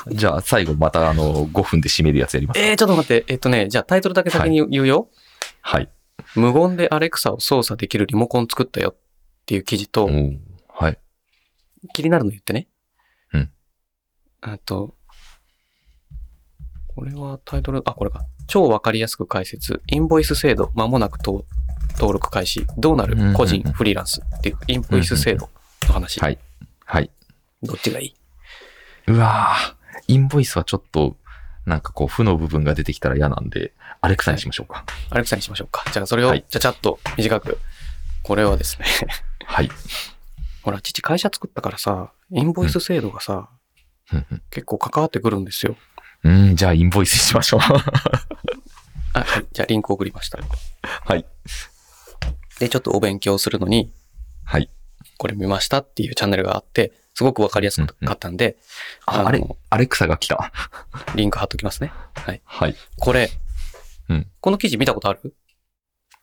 S1: う。
S2: じゃあ、最後またあの、5分で締めるやつやりま す。
S1: えー、ちょっと待って。えっとね、じゃあタイトルだけ先に言うよ。
S2: はい。
S1: 無言でアレクサを操作できるリモコン作ったよっていう記事
S2: お
S1: と、
S2: ーはい。
S1: 気になるの言ってね。
S2: うん。
S1: あと、これはタイトル、あ、これか。超わかりやすく解説。インボイス制度、まもなくと登録開始。どうな
S2: うんうんう
S1: る
S2: ん
S1: 個人、フリーランスっていう、インボイス制度の話。
S2: はい。はい。
S1: どっちがいいう
S2: わぁ、インボイスはちょっと、なんかこう、負の部分が出てきたら嫌なんで、アレクサにしましょうか。
S1: アレクサにしましょうか。じゃあ、それを、
S2: はい
S1: ちゃちゃっと短く。これはですね。
S2: はい。
S1: ほら、父会社作ったからさ、インボイス制度がさ、
S2: うんうん
S1: 結構関わってくるんですよ。
S2: うん、じゃあ、インボイスしましょう。
S1: あ、はい。じゃあ、リンク送りました。
S2: はい。
S1: で、ちょっとお勉強するのに、
S2: はい。
S1: これ見ましたっていうチャンネルがあって、すごくわかりやすかったんで、
S2: ああ
S1: あ
S2: れ
S1: の、
S2: アレクサが来た。
S1: リンク貼っときますね。はい。
S2: はい。
S1: これ、
S2: うん
S1: この記事見たことある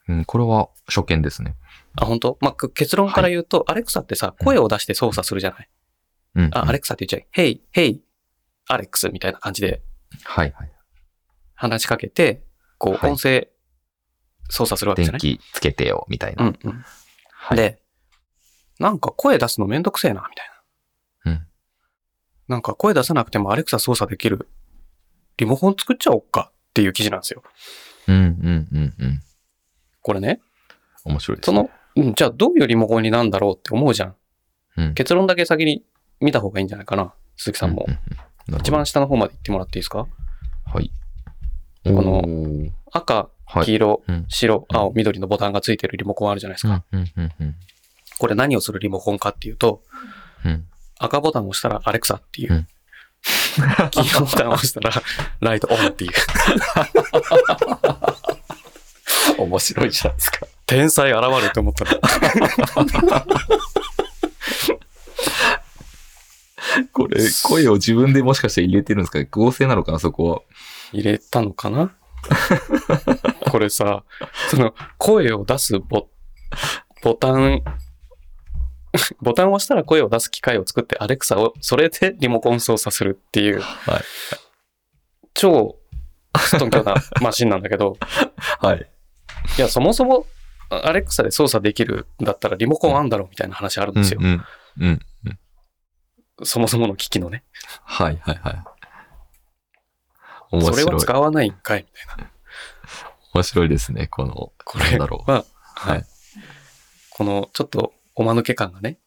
S2: うん、これは初見ですね。
S1: あ、本当まあ、く結論から言うと、アレクサってさ、声を出して操作するじゃない、
S2: うん。
S1: あ、アレクサって言っちゃい、Hey, Hey, アレックスみたいな感じで
S2: はいはい。
S1: 話しかけて、こう、
S2: はい
S1: 音声操作するわけじゃな
S2: 電
S1: い、
S2: 気つけてよ、みたいな。
S1: うんうん。
S2: はい
S1: で、なんか声出すのめんどくせえな、みたいな。
S2: うん
S1: なんか声出さなくてもアレクサ操作できるリモコン作っちゃおっかっていう記事なんですよ。
S2: うん、うん、うん、うん。
S1: これね、
S2: 面白いです
S1: そ
S2: ね。
S1: の、うん、じゃあどういうリモコンになんだろうって思うじゃん。
S2: うん
S1: 結論だけ先に見た方がいいんじゃないかな、鈴木さんも。
S2: うううんなるほど
S1: 一番下の方まで行ってもらっていいですか
S2: はい。
S1: この
S2: おー、
S1: 赤、
S2: はい。
S1: 黄色、
S2: うん。
S1: 白、
S2: うん
S1: 青、緑のボタンがついてるリモコンあるじゃないです
S2: う
S1: か。
S2: ん、うん、うん、うん
S1: これ何をするリモコンかっていうと、
S2: うん。
S1: 赤ボタンを押したらアレクサっていう。
S2: うん
S1: 黄色ボタンを押したらライトオンっていう。
S2: 面白いじゃないですか。
S1: 天才現れって思ったら。
S2: これ、声を自分でもしかして入れてるんですか合成なのかな、そこは。
S1: 入れたのかなこれさ、その声を出すボボタン、 ボタンを押したら声を出す機械を作ってアレクサをそれでリモコン操作するっていう、
S2: はい
S1: 超ストンキョな マシンなんだけど、
S2: はい。
S1: いや、そもそもアレクサで操作できるんだったらリモコンあんだろうみたいな話あるん
S2: う
S1: で
S2: ん
S1: すよ。
S2: うん。うん。
S1: そもそもの機器のね。
S2: はいはいはい。面
S1: そ
S2: 白
S1: れ
S2: い。
S1: は使わないんかいみたいな。
S2: 面白いですね、この。
S1: こ
S2: なん
S1: れ
S2: だろう。
S1: は、
S2: はい。
S1: このちょっとおまぬけ感がね、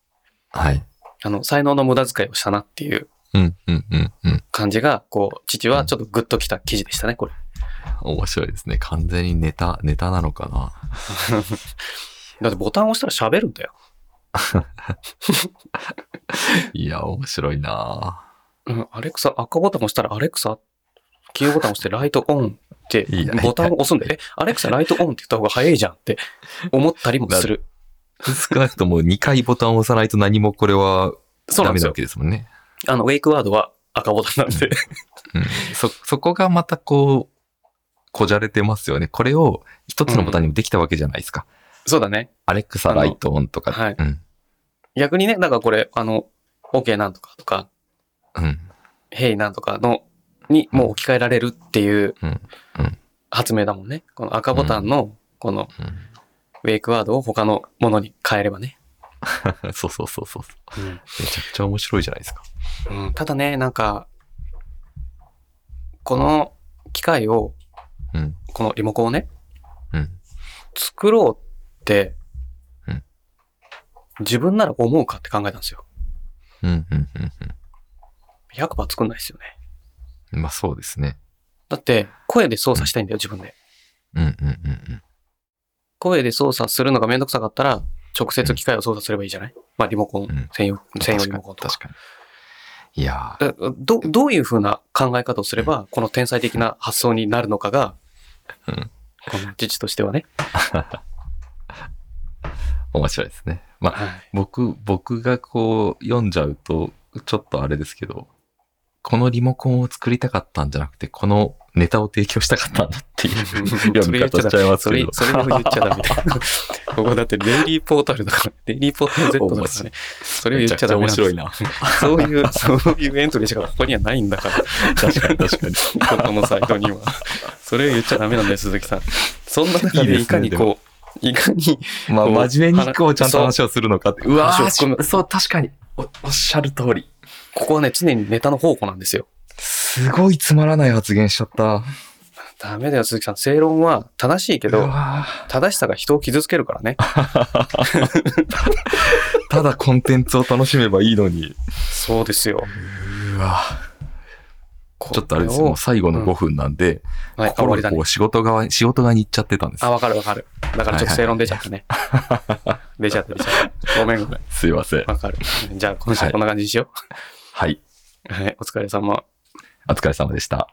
S2: はい。
S1: あの、才能の無駄遣いをしたなっていう
S2: うんうんうんうん。
S1: 感じが、こう、父はちょっとグッときた記事でしたね、これ。
S2: 面白いですね。完全にネタ、ネタなのかな。
S1: だってボタンを押したら喋るんだよ。
S2: いや、面白いな
S1: うん、アレクサ、赤ボタンを押したらアレクサ、黄色ボタンを押してライトオンって
S2: いや、
S1: ボタンを押すんで、え、アレクサライトオンって言った方が早いじゃんって思ったりもする。
S2: 少なくとも2回ボタンを押さないと何もこれは
S1: そうな
S2: ダ
S1: んで
S2: メ
S1: す
S2: なわ
S1: よ。
S2: けですもんね。
S1: あの、ウェイクワードは赤ボタンなんで。
S2: うん、そ、そこがまたこう、こじゃれてますよね。これを一つのボタンにもできたわけじゃないですか。
S1: そうだね。
S2: アレクサライトオンとか。
S1: はい
S2: うん。
S1: 逆にね、だからこれ、あの、OK なんとかとか、
S2: うん。
S1: ヘイなんとかの、にもう置き換えられるっていう
S2: うんうん
S1: 発明だもんね。この赤ボタンの、このウェイクワードを他のものに変えればね。
S2: うん、そうそうそうそう。めちゃくちゃ面白いじゃないですか。
S1: うんただね、なんか、この機械を、
S2: うん。
S1: このリモコンをね、
S2: うん。
S1: 作ろうって
S2: うん、
S1: 自分なら思うかって考えたんですよ。
S2: うんうんうん
S1: 100%作んないですよね。
S2: うん。まあそうですね。
S1: だって、声で操作したいんだよ、自分で。
S2: うんうんうん
S1: 声で操作するのがめんどくさかったら、直接機械を操作すればいいじゃない、まあ、リモコン専用、
S2: うん。
S1: 専用
S2: 確
S1: リ
S2: か
S1: モコン
S2: に
S1: とか。
S2: 確かに。いやー
S1: だど、どういうふうな考え方をすれば、この天才的な発想になるのかが、
S2: うん
S1: この自治としてはね。
S2: 面白いですね。まあ、
S1: はい
S2: 僕、僕がこう読んじゃうと、ちょっとあれですけど、このリモコンを作りたかったんじゃなくて、このネタを提供したかったんだっていう読
S1: それ
S2: み
S1: 言っちゃ
S2: 方
S1: ダ
S2: しちゃい
S1: メ。
S2: ます
S1: そ
S2: け
S1: れ
S2: ど、。
S1: それを言っちゃダ メだ。ここだってデイリーポータルだから、デイリーポータル Z だからね。それを言っちゃダメ
S2: め
S1: なん
S2: ちゃく
S1: です
S2: ちゃ面白いな。
S1: そういう、そういうエントリーしかここにはないんだから。
S2: 確かに確かに。
S1: ここのサイト には。それを言っちゃダメなんだよ、鈴木さん。そんな中
S2: いい
S1: で
S2: ですね
S1: いかにこう、いかに、 こ
S2: ま
S1: う
S2: あ、真面目にこうちゃんと話をするのかって。うわ
S1: 話を
S2: ー
S1: 含む
S2: しそう、確かにお。おっしゃる通り。
S1: ここはね、常にネタの宝庫なんですよ。
S2: すごいつまらない発言しちゃった。
S1: ダメだよ、鈴木さん。正論は正しいけ
S2: う
S1: ど、
S2: わ
S1: 正しさが人を傷つけるからね。
S2: ーただコンテンツを楽しめばいいのに。
S1: そうですよ。
S2: うわー ちょっとあれですよ。もう最後の5分なんで、
S1: はい、あ終わ
S2: 心
S1: りだ
S2: が
S1: ね
S2: こう。仕事側に、仕事側に行っちゃってたんです
S1: あ、。わかるわかる。だからちょっと正論出ちゃ ったね。出ちゃった出ちゃった。ごめんごめん。
S2: すいません。
S1: わかる。じゃあ今週はこんな感じにしよ
S2: はい。
S1: う。はい、お疲れ様。
S2: お疲れ様でした。